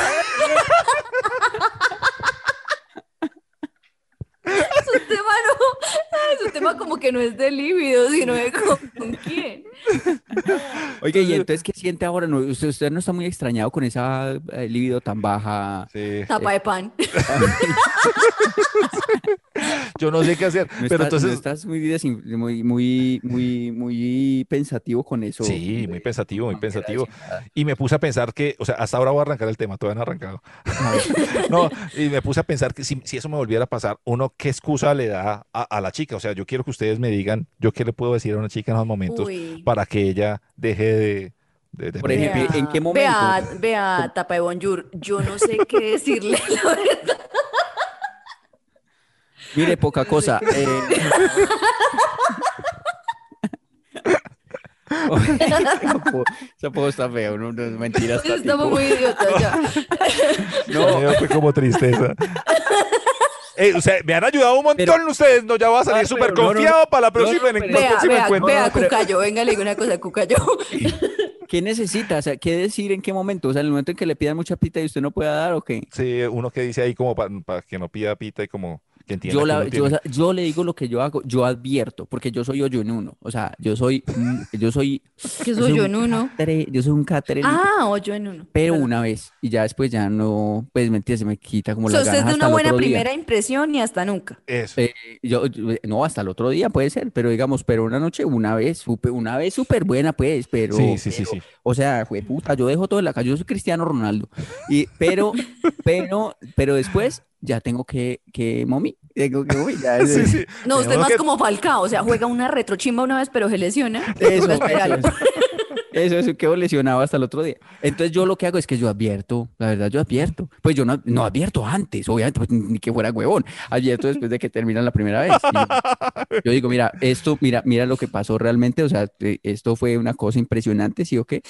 Su tema no, su tema como que no es de líbido, sino de con, con quién. oye, ¿y entonces qué siente ahora? No, usted, usted no está muy extrañado con esa eh, libido tan baja. Sí. Tapa de pan. Yo no sé qué hacer, No pero estás, no entonces... estás muy, desin- muy, muy, muy, muy pensativo con eso. Sí, muy hombre. pensativo, muy No, que era pensativo. desinflada. Y me puse a pensar que, o sea, hasta ahora voy a arrancar el tema, todavía no he arrancado. No, y me puse a pensar que si, si eso me volviera a pasar, uno, ¿qué excusa le da a, a la chica? O sea, yo quiero que ustedes me digan, yo qué le puedo decir a una chica en los momentos Uy. para que ella deje de... de- de Por pedir. ejemplo, ¿en qué momento? Vea, vea, tapa de bonjour. Yo no sé qué decirle, la verdad. Mire, poca cosa. eh. Sapo- Sapo está feo, no, no, mentira, está Estamos tipo- muy idiotas ya. No, yo fue como tristeza. Eh, o sea, me han ayudado un montón Pero- ustedes, no, ya voy a salir Ah, pero súper no, no, confiado no. para la No, no, próxima, en el pero- Vea, próximo vea, encuentro. vea, No, pero- Cucayo, venga, le digo una cosa, Cucayo. ¿Qué necesita? O sea, ¿qué decir en qué momento? O sea, en el momento en que le pidan mucha pita y usted no pueda dar o qué. Sí, uno que dice ahí como para que no pida pita y como... que entienda Yo, que la- uno yo, tiene- o sea, yo le digo lo que yo hago, yo advierto, porque yo soy hoyo en uno. O sea, yo soy, yo soy, Que soy yo un en uno. catre- yo soy un catre, Ah, o yo en uno. pero perdón. una vez, y ya después ya no, pues mentira, se me quita como O la sea, las usted es ganas de hasta una el buena otro día. primera impresión y hasta nunca. Eso. Eh, yo, yo- no, hasta el otro día puede ser, pero digamos, pero una noche, una vez, supe- una vez súper buena, pues, pero, sí, sí, sí, pero, sí. o sea, fue puta, yo dejo todo en la calle, yo soy Cristiano Ronaldo, y, pero, pero, pero después ya tengo que, que mommy, tengo que mommy, ya, Sí, sí. No, usted Tengo más que- como Falcao, o sea, juega una retrochimba una vez, pero se lesiona. Eso, Toca eso, esperarlo. eso. Eso, eso, quedo lesionado hasta el otro día. Entonces yo lo que hago es que yo advierto, la verdad yo advierto. Pues yo no, no advierto antes, obviamente, pues, ni que fuera huevón. Advierto después de que terminan la primera vez. Y yo- yo digo, mira, esto, mira, mira lo que pasó realmente. O sea, te- esto fue una cosa impresionante, ¿sí o qué?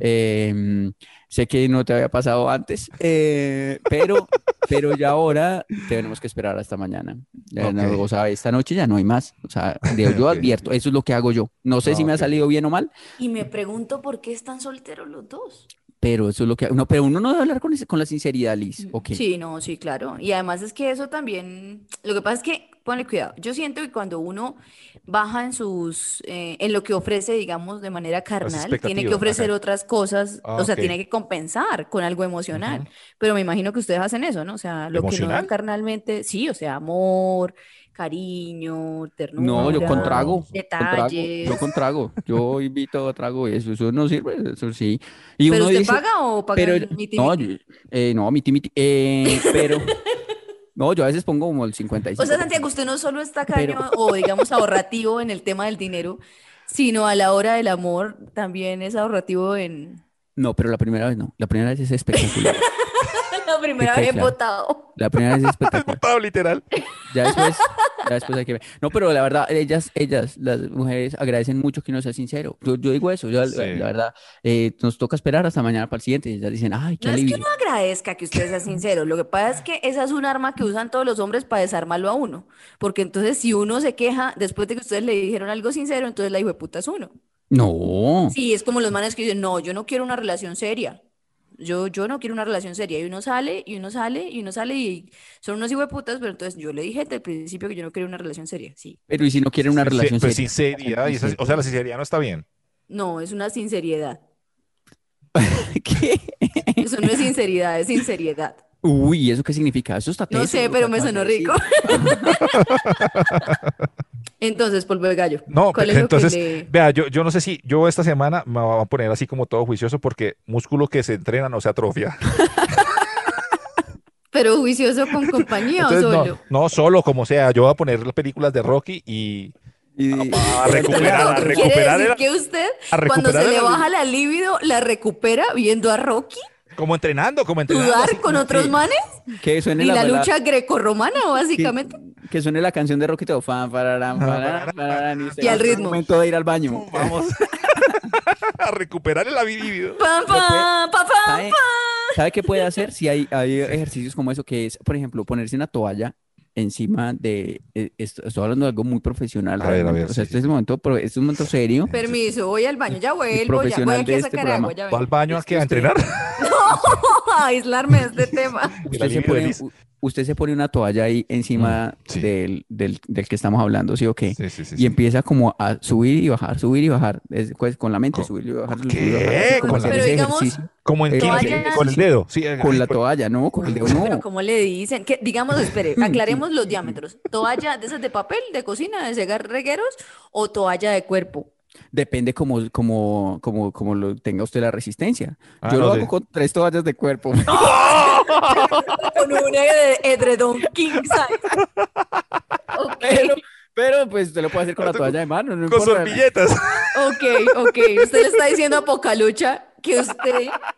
Eh, sé que no te había pasado antes, eh, pero, pero ya ahora tenemos que esperar hasta mañana. Ya no- Ok. o sea, esta noche ya no hay más. O sea, de- yo Ok. advierto, eso es lo que hago yo. No sé si me ha Ok. salido bien o mal, Y me pregunto por qué están solteros los dos. pero eso es lo que uno, pero uno no debe hablar con, ese- con la sinceridad, Liz. Ok. Mm, Sí, no, sí, claro. Y además es que eso también, lo que pasa es que, ponle cuidado, yo siento que cuando uno baja en sus, eh, en lo que ofrece, digamos, de manera carnal, tiene que expectativas, ofrecer ajá. otras cosas, Ah, o sea, ok. tiene que compensar con algo emocional. Pero me imagino que ustedes hacen eso, ¿no? O sea, lo que no dan ¿Emocional? carnalmente, sí, o sea, amor, cariño, No, yo ternura, contrago. detalles. Yo contrago. Yo invito a trago y eso, eso no sirve, eso sí. Y ¿Pero uno usted dice, paga o paga pero el miti- no, miti? yo- eh, no, miti, miti, eh, pero no, yo a veces pongo como el 55. O sea, Santiago, usted no solo está Pero- tacaño o digamos ahorrativo en el tema del dinero, sino a la hora del amor también es ahorrativo en No, pero la primera vez no. La primera vez es espectacular. la primera vez he claro. votado. La primera vez es espectacular. Putado, literal. Ya después, ya después hay que ver. No, pero la verdad, ellas, ellas, las mujeres agradecen mucho que uno sea sincero. Yo, yo digo eso, yo, la- Sí. la verdad, eh, nos toca esperar hasta mañana para el siguiente. Y ellas dicen, ay, qué No es que alivio. uno agradezca que usted sea sincero, lo que pasa es que esa es un arma que usan todos los hombres para desarmarlo a uno, porque entonces si uno se queja después de que ustedes le dijeron algo sincero, entonces la hijo de puta es uno. No, Sí, es como los manes que dicen, no, yo no quiero una relación seria. Yo, yo no quiero una relación seria. Y uno sale, y uno sale, y uno sale, y son unos hijueputas, pero entonces yo le dije desde el principio que yo no quería una relación seria. Sí. pero ¿y si no quieren una Sí, relación pues seria? sinceridad. y esa- o sea, la sinceridad no está bien. No, es una sinceridad. ¿Qué? Eso no es sinceridad, es sinceridad. Uy, ¿eso qué significa? Eso está No teso, sé, lo que pero me acabas de sonó decir. rico. Entonces, polvo de gallo. No, ¿Cuál pe- es lo que entonces, le- vea, yo, yo no sé si yo esta semana me va a poner así como todo juicioso porque músculo que se entrena no se atrofia. Pero juicioso con compañía o Entonces, no, solo. no solo como sea, yo voy a poner las películas de Rocky y Y- Ah, a recuperar, a Quiere recuperar, decir el- que usted, a cuando recuperar se le el- baja la libido, la recupera viendo a Rocky como entrenando, como entrenando. dudar con otros Sí. manes. Que suene Y la, la la- lucha grecorromana, que- básicamente. que suene la canción de Roquito Fan, pararán, Ah, pararán, pararán, y usted Y va al a tener ritmo. momento de ir al baño. Vamos a recuperar el libido. ¡Pam, pam, pam, pam! ¿Sabe, sabe qué puede hacer? Si hay, hay ejercicios como eso, que es, por ejemplo, ponerse una toalla encima de. eh, esto- estoy hablando de algo muy profesional. A ver, a realmente. ver, O sea, sí, este es un momento, pro- este es un momento serio. Permiso, voy al baño, ya vuelvo, ya voy profesional aquí de a este sacar agua, programa. ya ¿Va al vengo. baño a qué? ¿A entrenar? A aislarme de este tema. Usted se, pone, u- usted se pone una toalla ahí encima Mm, sí. del, del- del que estamos hablando, ¿sí o qué? Sí, sí, sí, y sí. empieza como a subir y bajar, subir y bajar. Es, pues, con la mente, ¿Con- subir y bajar. con subir y bajar. qué? Es como Con hacer la- ese Pero digamos, ejercicio Como en Eh, quince, toallas. con el dedo. Sí, con la con- toalla, no, con el dedo, Pero no. ¿cómo le dicen? Que, digamos, espere, aclaremos los diámetros. ¿Toalla de esas de papel, de cocina, de segar regueros o toalla de cuerpo? Depende como, como, como, como lo tenga usted la resistencia. Ah, Yo no, lo sí. hago con tres toallas de cuerpo. Con un ed- edredón king size. Ok, Pero, pero pues usted lo puede hacer con la Con- toalla de mano, no con importa. servilletas. ok, ok. Usted le está diciendo a Pocalucha que usted... Ah.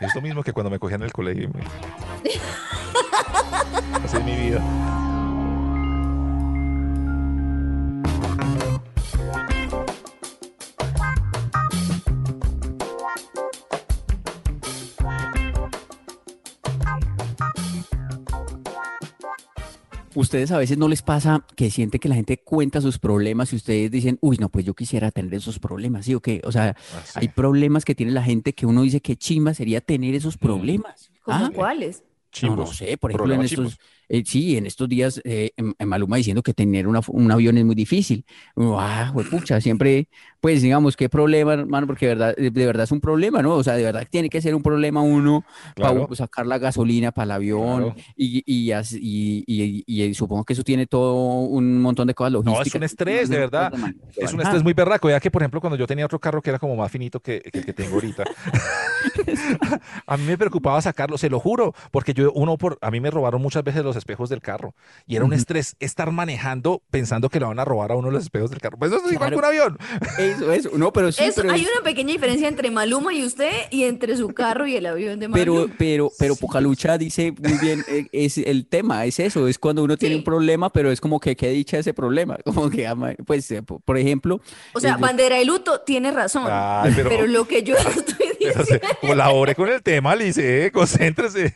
Es lo mismo que cuando me cogían en el colegio. y me- Así es mi vida. Ustedes a veces no les pasa que siente que la gente cuenta sus problemas y ustedes dicen, uy, no, pues yo quisiera tener esos problemas, ¿sí o qué? O sea, hay problemas que tiene la gente que uno dice que chimba sería tener esos problemas. ¿Cómo Ah, cuáles? no, no sé, por ejemplo, en Problemas estos, Eh, sí, en estos días eh, en- en Maluma diciendo que tener una- un avión es muy difícil. Uno, Ah, pucha, siempre, pues digamos, qué problema, hermano, porque de verdad, de verdad es un problema, ¿no? O sea, de verdad tiene que ser un problema uno Claro. para sacar la gasolina para el avión Claro. y, y, as- y, y- y- y supongo que eso tiene todo un montón de cosas logísticas. un estrés, de verdad. Es un Ah. estrés muy berraco, ya que por ejemplo cuando yo tenía otro carro que era como más finito que, que el que tengo ahorita, a mí me preocupaba sacarlo, se lo juro, porque yo uno por, a mí me robaron muchas veces los espejos del carro y era un Ujú. estrés estar manejando pensando que le van a robar a uno los espejos del carro. Pues eso es igual que un Claro. avión. Eso, eso. No, pero sí, Eso, pero hay es- una pequeña diferencia entre Maluma y usted y entre su carro y el avión de Maluma. Pero, pero, pero Pocalucha dice muy bien, eh, es el tema, es eso, es cuando uno tiene un Sí. problema, pero es como que qué dicha ese problema, como que ama- pues, eh, po- por ejemplo, o sea, eh, bandera de luto tiene razón. Ay, pero- pero, lo que yo le estoy diciendo. Pero se- colabore con el tema, Lice, concéntrese.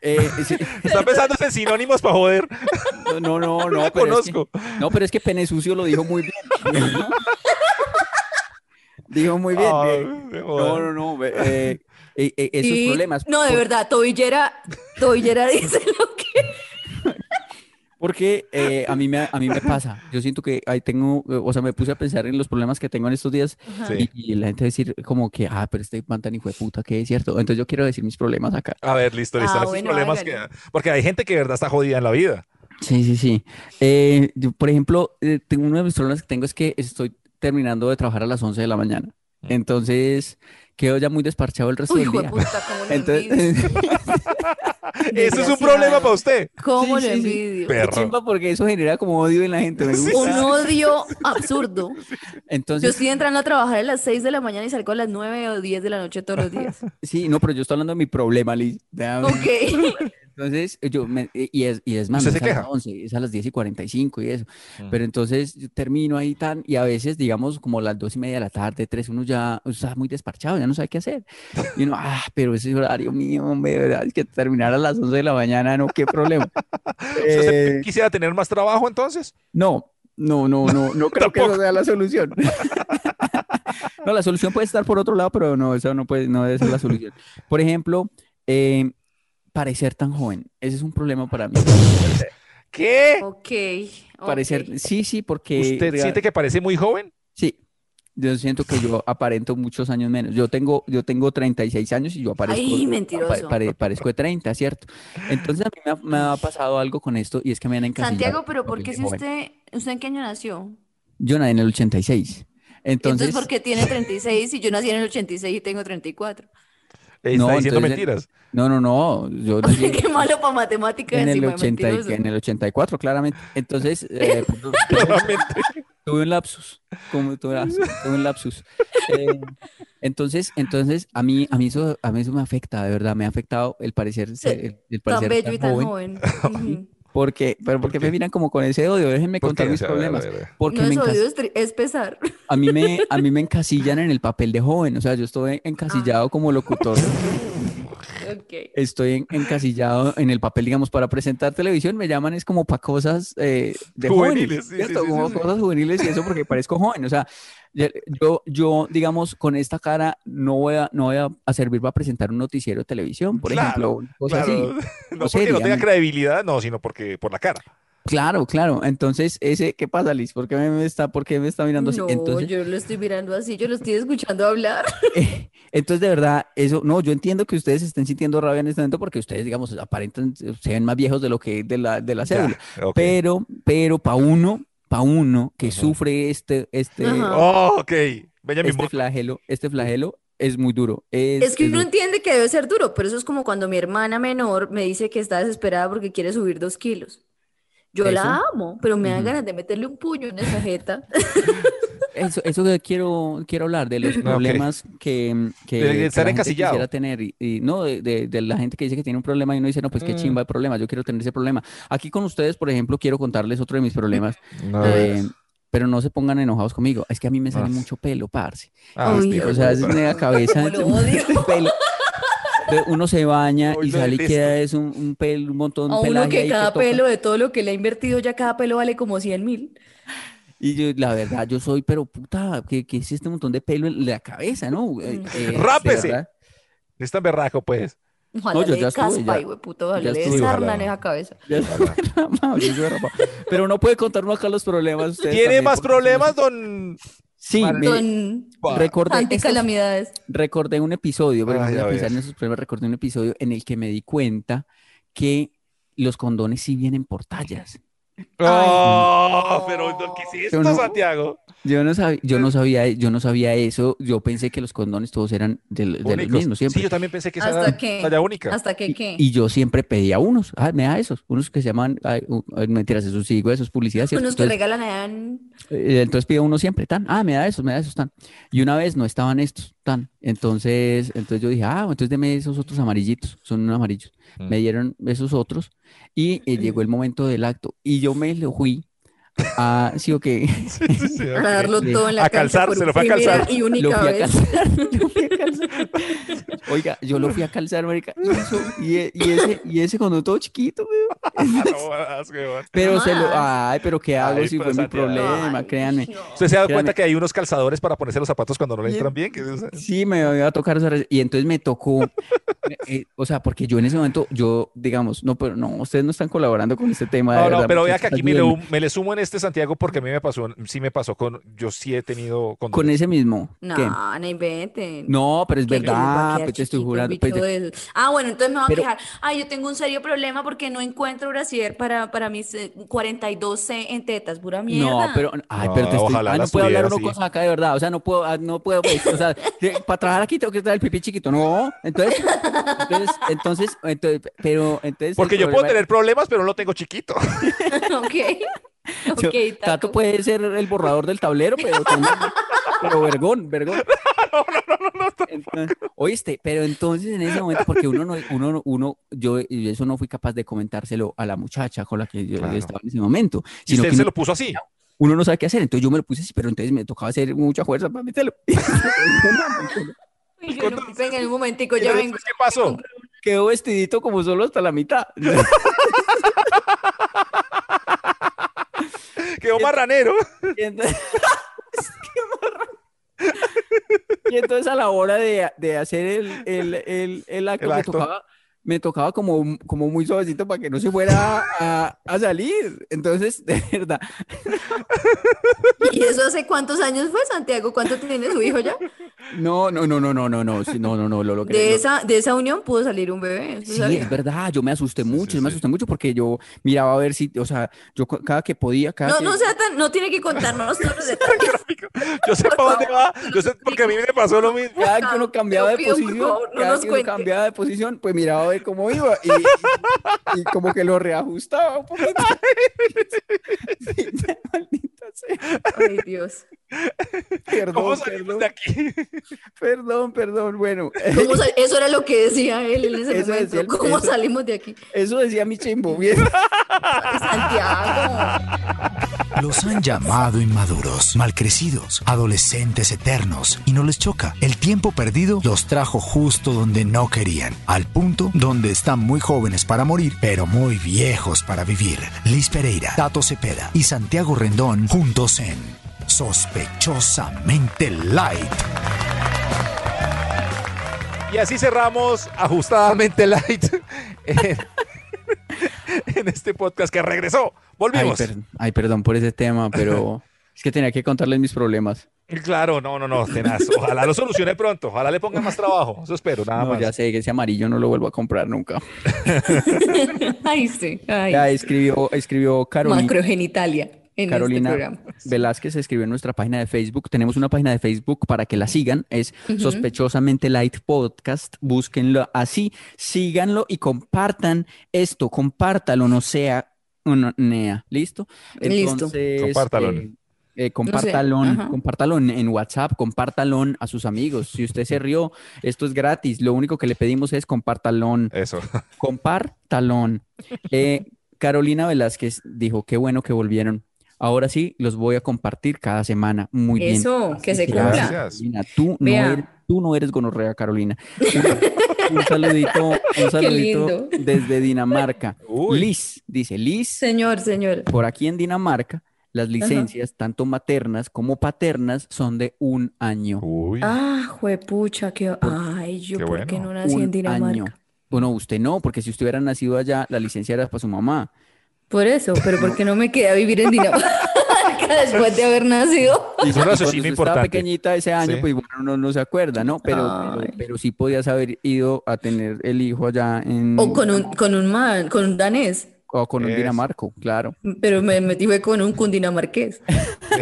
eh, sí, Está pensando en sinónimos para joder. no, no, No no, la pero es que- conozco. no, pero es que Pene Sucio lo dijo muy bien. dijo muy bien. Ay, eh, me No, jodan. no, no, eh, eh, eh, esos Y- problemas. No, de por- verdad, Tobillera, Tobillera dice lo que. Porque eh, a mí me, a mí me pasa. Yo siento que ahí tengo, eh, o sea, me puse a pensar en los problemas que tengo en estos días Sí. y, y la gente decir como que, ah, pero este man tan hijo de puta que es cierto. Entonces yo quiero decir mis problemas acá. A ver, listo, listo. Ah, esos bueno, problemas hágale. que- Porque hay gente que de verdad está jodida en la vida. Sí, sí, sí. Eh, yo, por ejemplo, eh, tengo- uno de mis problemas que tengo es que estoy terminando de trabajar a las 11 de la mañana. Entonces quedo ya muy desparchado el resto Uy, del hijo de día. puta, cómo lo envidio. Entonces, Eso es un Desgraciado. problema para usted. Cómo Sí, lo sí, sí. envidio. Perro. chimba porque eso genera como odio en la gente. me gusta. Un odio absurdo. Yo Entonces, estoy entrando a trabajar a las 6 de la mañana y salgo a las 9 o 10 de la noche todos los días. sí, no, pero yo estoy hablando de mi problema, Liz. Déjame- Ok. Entonces, eh, yo me- y es, y es más, no ¿Usted se es a las queja? Mm. 11, es a las 10 y 45 y eso. Pero entonces yo termino ahí tan, y a veces, digamos, como las 2 y media de la tarde, 3, uno ya está muy desparchado, ya no sabe qué hacer. Y uno, ah, pero ese horario mío, hombre, de verdad, es que terminar a las 11 de la mañana, no, qué problema. ¿Usted se- Eh, quisiera tener más trabajo entonces? no, no, no, no, no creo que eso Tampoco. sea la solución. No, la solución puede estar por otro lado, pero no, eso no puede, no debe ser la solución. Por ejemplo, eh, parecer tan joven, ese es un problema para mí. ¿Qué? Ok. ok. Parecer, sí, sí, porque ¿Usted diga- siente que parece muy joven? sí. Yo siento que yo aparento muchos años menos. Yo tengo, yo tengo 36 años y yo aparezco, Ay, pa- mentiroso. pare- parezco de 30, ¿cierto? Entonces a mí me ha, me ha pasado algo con esto y es que me han encasillado. Santiago, pero con ¿por el qué de si joven. usted, usted en qué año nació? Yo nací en el 86. Entonces, Entonces, ¿por qué tiene 36 y yo nací en el 86 y tengo 34? Le No, está diciendo entonces- mentiras. no, no, no, yo O nací sea, qué malo para matemáticas en el encima de 80 y- mentiroso. en el 84, claramente. Entonces, eh, pues, Claramente. Tuve un lapsus, como tú verás, tuve un lapsus. Eh, entonces, entonces a mí, a mí eso, a mí eso me afecta, de verdad, me ha afectado el parecer, Sí, el, el Tan parecer bello y tan joven. joven. Ujú. Porque, pero porque me miran como con ese odio, déjenme ¿Por contar qué? O mis sea, a ver, a problemas. ver, a ver. Porque No me es encas- odio, es, tri- es pesar. a mí me, a mí me encasillan en el papel de joven, o sea, yo Ah. estoy encasillado como locutor. Ok. Estoy en- encasillado en el papel, digamos, para presentar televisión, me llaman es como para cosas eh, de Juveniles, juveniles, sí, sí, ¿cierto? sí, sí, Como sí. cosas juveniles y eso porque parezco joven, o sea, ya- yo, yo, digamos, con esta cara no voy a, no voy a, a servir para presentar un noticiero de televisión, por Claro, ejemplo, una cosa así. Claro. No O sea, porque no tenga digamos- credibilidad, no, sino porque por la cara. Claro, claro. Entonces, ese, ¿qué pasa, Liz? ¿Por qué me, me está, por qué me está mirando así? No, Entonces, yo lo estoy mirando así, yo lo estoy escuchando hablar. eh, Entonces, de verdad, eso, no, yo entiendo que ustedes estén sintiendo rabia en este momento porque ustedes, digamos, aparentan, se ven más viejos de lo que de la, de la Ya, cédula. ok. Pero, pero para uno, para uno que sufre este, este, Ajá. Oh, ok. Benjamin este Button. flagelo, este flagelo es muy duro. Es, Es que es uno duro. entiende que debe ser duro, pero eso es como cuando mi hermana menor me dice que está desesperada porque quiere subir dos kilos. Yo la Eso. amo, pero me dan Ujú. ganas de meterle un puño en esa jeta. Eso, eso que quiero, quiero hablar de los ok. problemas que, que, De- de que la estar gente encasillado. quisiera tener y, y no de, de- de la gente que dice que tiene un problema y uno dice, no, pues Mm. qué chimba de problema, yo quiero tener ese problema. Aquí con ustedes, por ejemplo, quiero contarles otro de mis problemas. No, Eh, pero no se pongan enojados conmigo. Es que a mí me sale Ah. mucho pelo, parce. ah, Uy, este hijo O de sea, es puta. una cabeza. Lo odio. pelo. Entonces, Uno se baña Hoy y lo sale y detesto. queda es un, un pelo, un montón de A uno pelaje que ahí cada toca. pelo de todo lo que le ha invertido, ya cada pelo vale como 100 mil. Y yo, la verdad, yo soy, pero puta, que, que es Mm. este montón de pelo en la cabeza, ¿no? Eh, eh, de Rápese. verdad. Es tan berraco, pues. Ojalá yo le ya dé estuve, caspa, ya- hijueputa, ojalá ya le dé estuve. sarna Ojalá. en esa cabeza. Ya se fue rapado, ya se fue rapado. Pero no puede contarnos acá los problemas. ustedes ¿Tiene también, más porque si no- problemas, don? Sí, me Son recordé, estos- anticalamidades. recordé un episodio, pero no Ay, voy a a pensar ver. en esos problemas, recordé un episodio en el que me di cuenta que los condones sí vienen por tallas. Oh, pero ¿qué es Yo esto, no- Santiago? Yo no sabía, yo no sabía, yo no sabía eso. Yo pensé que los condones todos eran de, de los Únicos. mismos Sí, siempre. yo también pensé que esa Hasta era que- talla única. ¿Hasta que qué? Y yo siempre pedía unos, ah, me da esos, unos que se llaman, ay, u- ay, mentiras, esos sí, güey, eso es publicidad, ¿cierto? Unos que Entonces, regalan allá en- eh, entonces pido uno siempre, tan, ah, me da esos, me da esos, tan. Y una vez no estaban estos, tan. Entonces, entonces yo dije, ah, entonces deme esos otros amarillitos, son unos amarillos. Mm. Me dieron esos otros y eh, llegó el momento del acto y yo me lo fui a, sí o qué, Sí, sí, sí, para ok. darlo todo en la A cancha calzar, por se lo fue a primera calzar. y única lo fui a vez. calzar, lo fui a calzar. Oiga, yo lo fui a calzar, marica, y, eso- y e- y ese, y ese cuando todo chiquito, weón. No jodas, huevón. Pero se lo, Más. ay, pero qué hago Ah. Ay, si pues, fue mi Santiago. problema, Ay, créanme. no. ¿Usted se ha dado Créame. cuenta que hay unos calzadores para ponerse los zapatos cuando no le Bien. entran bien? que usan? Sí, me iba a tocar esa re- y entonces me tocó, eh, o sea, porque yo en ese momento, yo, digamos, no, pero no, ustedes no están colaborando con este tema. de No, no, verdad, pero vea que muchachos, aquí me, lo- ayúdenme. me le sumo en este Santiago porque a mí me pasó, sí me pasó con, yo sí he tenido con, Con ese mismo. No, ¿qué? no inventen. No, pero es ¿Qué? Va a verdad, quedar pues, te estoy chiquito el jurando. pues, bicho de eso. Ah, bueno, entonces me voy a Pero- quejar. Ay, yo tengo un serio problema porque no encuentro brasier para, para mis eh, 42C en tetas, pura no, mierda. pero, ay, No, pero te estoy, ojalá ah, no las puedo hablar tuviera una así. cosa acá de verdad, o sea, no puedo, ah, no puedo, pues, o sea, que para trabajar aquí tengo que traer el pipí chiquito, no, entonces, entonces, entonces, entonces, pero, entonces. el Porque yo puedo problema- tener problemas, pero no lo tengo chiquito. Ok. Yo- Ok, Tato. Tato. puede ser el borrador del tablero, pero, con- pero vergón, vergón. Entonces, Oíste, pero entonces en ese momento, porque uno no, uno, no- uno, yo y eso no fui capaz de comentárselo a la muchacha con la que yo Claro. estaba en ese momento, Y sino usted que se uno, lo puso así. uno no sabe qué hacer, entonces yo me lo puse así, pero entonces me tocaba hacer mucha fuerza para meterlo. pues, Ay, yo no- venga, en un momentico, ¿Y ya después vengo. ¿Qué pasó? Quedó vestidito como solo hasta la mitad. Quedó marranero. Y entonces, Es que marrón. Y entonces a la hora de, de hacer el, el, el, el acto, El me acto. tocaba, me tocaba como, como muy suavecito para que no se fuera a, a salir. Entonces, de verdad, ¿Y eso hace cuántos años fue, Santiago? ¿Cuánto tiene su hijo ya? no, no, no, no, no, no, no, sí, no, no, no, lo logré, De lo- esa, de esa unión pudo salir un bebé. ¿usted Sí, sabía? es verdad, yo me asusté Sí, mucho, sí, yo me sí. asusté mucho porque yo miraba a ver si, o sea, yo cu- cada que podía, cada No, que... no sea tan, no tiene que contarnos todos los detalles. Yo sé para dónde va. Yo sé porque a mí me pasó lo mismo. Cada que Gustavo, uno cambiaba te de lo pido, por posición, favor, no cada nos que uno cuente. cambiaba de posición, pues miraba a ver cómo iba y, y- y como que lo reajustaba un poquito. Sí, ya, maldita sea. Ay, Dios. ¿Cómo Perdón, salimos perdón, de aquí? perdón, perdón. Bueno, ¿Cómo sal- Eso era lo que decía él en ese Eso momento. decía él, ¿Cómo eso- salimos de aquí? eso decía mi chimbo. Bien. Ay, Santiago. Los han llamado inmaduros, malcrecidos, adolescentes eternos y no les choca. El tiempo perdido los trajo justo donde no querían, al punto donde están muy jóvenes para morir, pero muy viejos para vivir. Liz Pereira, Tato Cepeda y Santiago Rendón juntos en Sospechosamente Light. Y así cerramos ajustadamente light en, en este podcast que regresó. Ay, Volvimos. per- ay, perdón por ese tema, pero es que tenía que contarles mis problemas. Claro, no, no, no, tenaz. Ojalá lo solucione pronto. Ojalá le ponga más trabajo. Eso espero, nada No, más. ya sé que ese amarillo no lo vuelvo a comprar nunca. Ay, sí. Ay, Ya escribió, escribió Carolina. macrogenitalia en Carolina este programa. Velázquez escribió en nuestra página de Facebook. Tenemos una página de Facebook para que la sigan. Es sospechosamente light podcast. Búsquenlo así, síganlo y compartan esto. Compártalo, no sea una nea. ¿Listo? Listo. Entonces, Compártalo. eh, eh, compártalo, ajá. compártalo en, en WhatsApp, compártalo a sus amigos. Si usted se rió, esto es gratis. Lo único que le pedimos es compártalo Eso. Compar talón. Eh, Carolina Velázquez dijo, qué bueno que volvieron. Ahora sí, los voy a compartir cada semana. Muy bien. Eso, que se Gracias. cumpla. Carolina, tú no, Vea. eres, tú no eres gonorrea, Carolina. Un, un saludito, un saludito lindo. desde Dinamarca. Uy. Liz, dice Liz, Señor, señor. por aquí en Dinamarca, las licencias, tanto maternas como paternas, son de un año. Uy. Ah, juepucha, que. Ay, yo, Qué ¿por qué bueno. no nací Ah, en Un año. Dinamarca? Bueno, usted no, porque si usted hubiera nacido allá, la licencia era para su mamá. Por eso, pero porque no me quedé a vivir en Dinamarca después de haber nacido. Y Cuando solo usted eso sí es estaba importante. Ah. pequeñita ese año, Sí. pues bueno, uno no se acuerda, ¿no? Pero, Ay. pero, pero sí podías haber ido a tener el hijo allá en... O con un, con un man, con un danés. o con un Es. dinamarco, claro. Pero me metí fue con un cundinamarqués.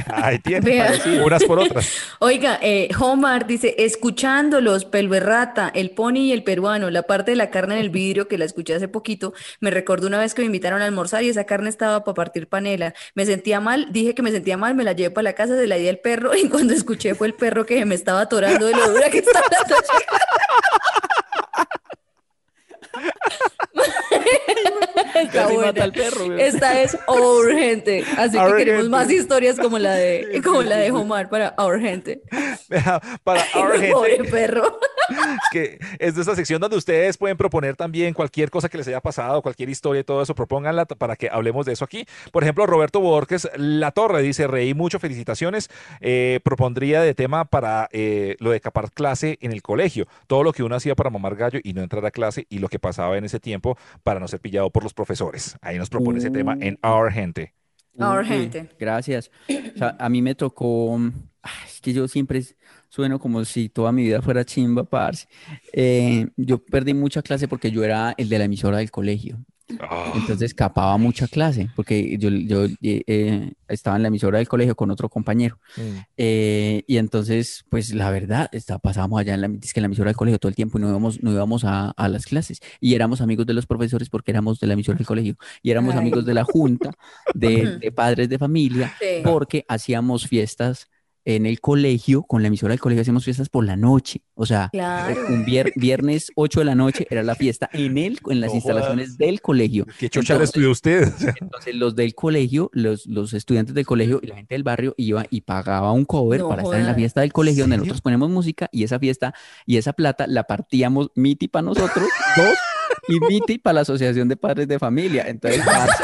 Ahí tiene, Vea. parecido, unas por otras. Oiga, eh, Homar dice, escuchándolos, pelberrata, el pony y el peruano, la parte de la carne en el vidrio que la escuché hace poquito, me recordó una vez que me invitaron a almorzar y esa carne estaba para partir panela. Me sentía mal, dije que me sentía mal, me la llevé para la casa, se la di al perro y cuando escuché fue el perro que me estaba atorando de lo dura que estaba la noche. Está Casi buena. mata al perro, güey. Esta es Our Gente, así que Our queremos Gente. más historias como la de, como la de Homar para Our Gente. Vea, Para our gente, Pobre perro. que es de esta sección donde ustedes pueden proponer también cualquier cosa que les haya pasado, cualquier historia y todo eso, propónganla t- para que hablemos de eso aquí. Por ejemplo, Roberto Borges La Torre dice, reí mucho, felicitaciones. Eh, propondría de tema para eh, lo de capar clase en el colegio, todo lo que uno hacía para mamar gallo y no entrar a clase y lo que pasaba en ese tiempo para no ser pillado por los profesores. Ahí nos propone ese tema en Our Gente. Our Uy, Gente. Gracias. O sea, a mí me tocó, ah, es que yo siempre s- sueno como si toda mi vida fuera chimba, parce. Eh, yo perdí mucha clase porque yo era el de la emisora del colegio. Entonces capaba mucha clase porque yo, yo eh, eh, estaba en la emisora del colegio con otro compañero. Eh, y entonces, pues la verdad, está, pasábamos allá en la, es que en la emisora del colegio todo el tiempo y no íbamos, no íbamos a, a las clases. Y éramos amigos de los profesores porque éramos de la emisora del colegio. Y éramos Ay. amigos de la junta de, de padres de familia Sí. porque hacíamos fiestas en el colegio, con la emisora del colegio hacíamos fiestas por la noche. O sea, Claro. un vier- viernes 8 de la noche era la fiesta en, el, en las No instalaciones del colegio. ¿Qué chocha le Entonces- estudió usted? entonces los del colegio, los, los estudiantes del colegio y la gente del barrio iba y pagaba un cover No para estar en la jodas. fiesta del colegio donde ¿Serio? nosotros ponemos música y esa fiesta y esa plata la partíamos miti para nosotros, dos, y miti para la asociación de padres de familia. Entonces, parce,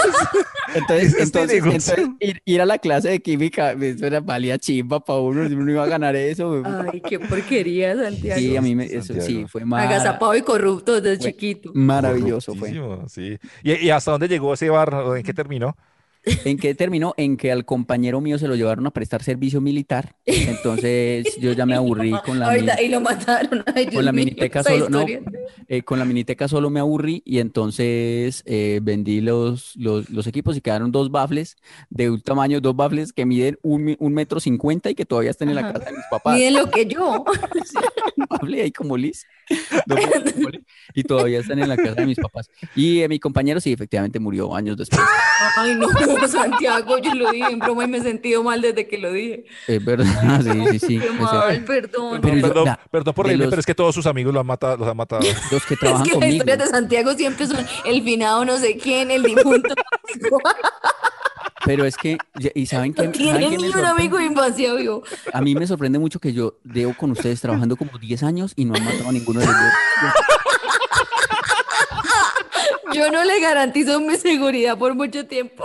entonces, ¿Es este entonces, negocio? entonces, ir, ir a la clase de química, eso era valía chimba para uno, uno no iba a ganar eso. Ay, qué porquería, Ah, Santiago. Sí, a mí me, eso sí, Santiago. fue mara- Agazapado y corrupto desde Fue- chiquito. maravilloso. Fue. Corruptísimo, sí. ¿Y, y hasta dónde llegó ese bar? ¿O ¿En qué terminó? ¿En qué terminó? En que al compañero mío se lo llevaron a prestar servicio militar. Entonces yo ya me aburrí con la, Ahorita, mini- y lo mataron. Ay, Dios con la mío, miniteca esa solo. No, historia. eh, con la miniteca solo me aburrí y entonces eh, vendí los, los, los equipos y quedaron dos bafles de un tamaño, dos bafles que miden un, mi- un metro cincuenta y que todavía están en la Ajá. casa de mis papás. Miren lo que yo. un bafle ahí como Liz. dos bafles como Liz, y todavía están en la casa de mis papás. Y eh, mi compañero sí, efectivamente murió años después. Ay, no, Santiago, yo lo dije en broma y me he sentido mal desde que lo dije. Es verdad, sí, sí, sí. Qué O sea, mal, perdón. Pero- perdón. perdón, ya, perdón por de reírme, los- pero es que todos sus amigos los han matado. Los han matado. los que Es trabajan que las conmigo. historias de Santiago siempre son el finado no sé quién, el difunto. Pero es que, ya- ¿y saben qué? No ¿saben tiene qué me ni un amigo de sorprende? infancia vivo. A mí me sorprende mucho que yo debo con ustedes trabajando como 10 años y no han matado a ninguno de los dos. Yo no le garantizo mi seguridad por mucho tiempo.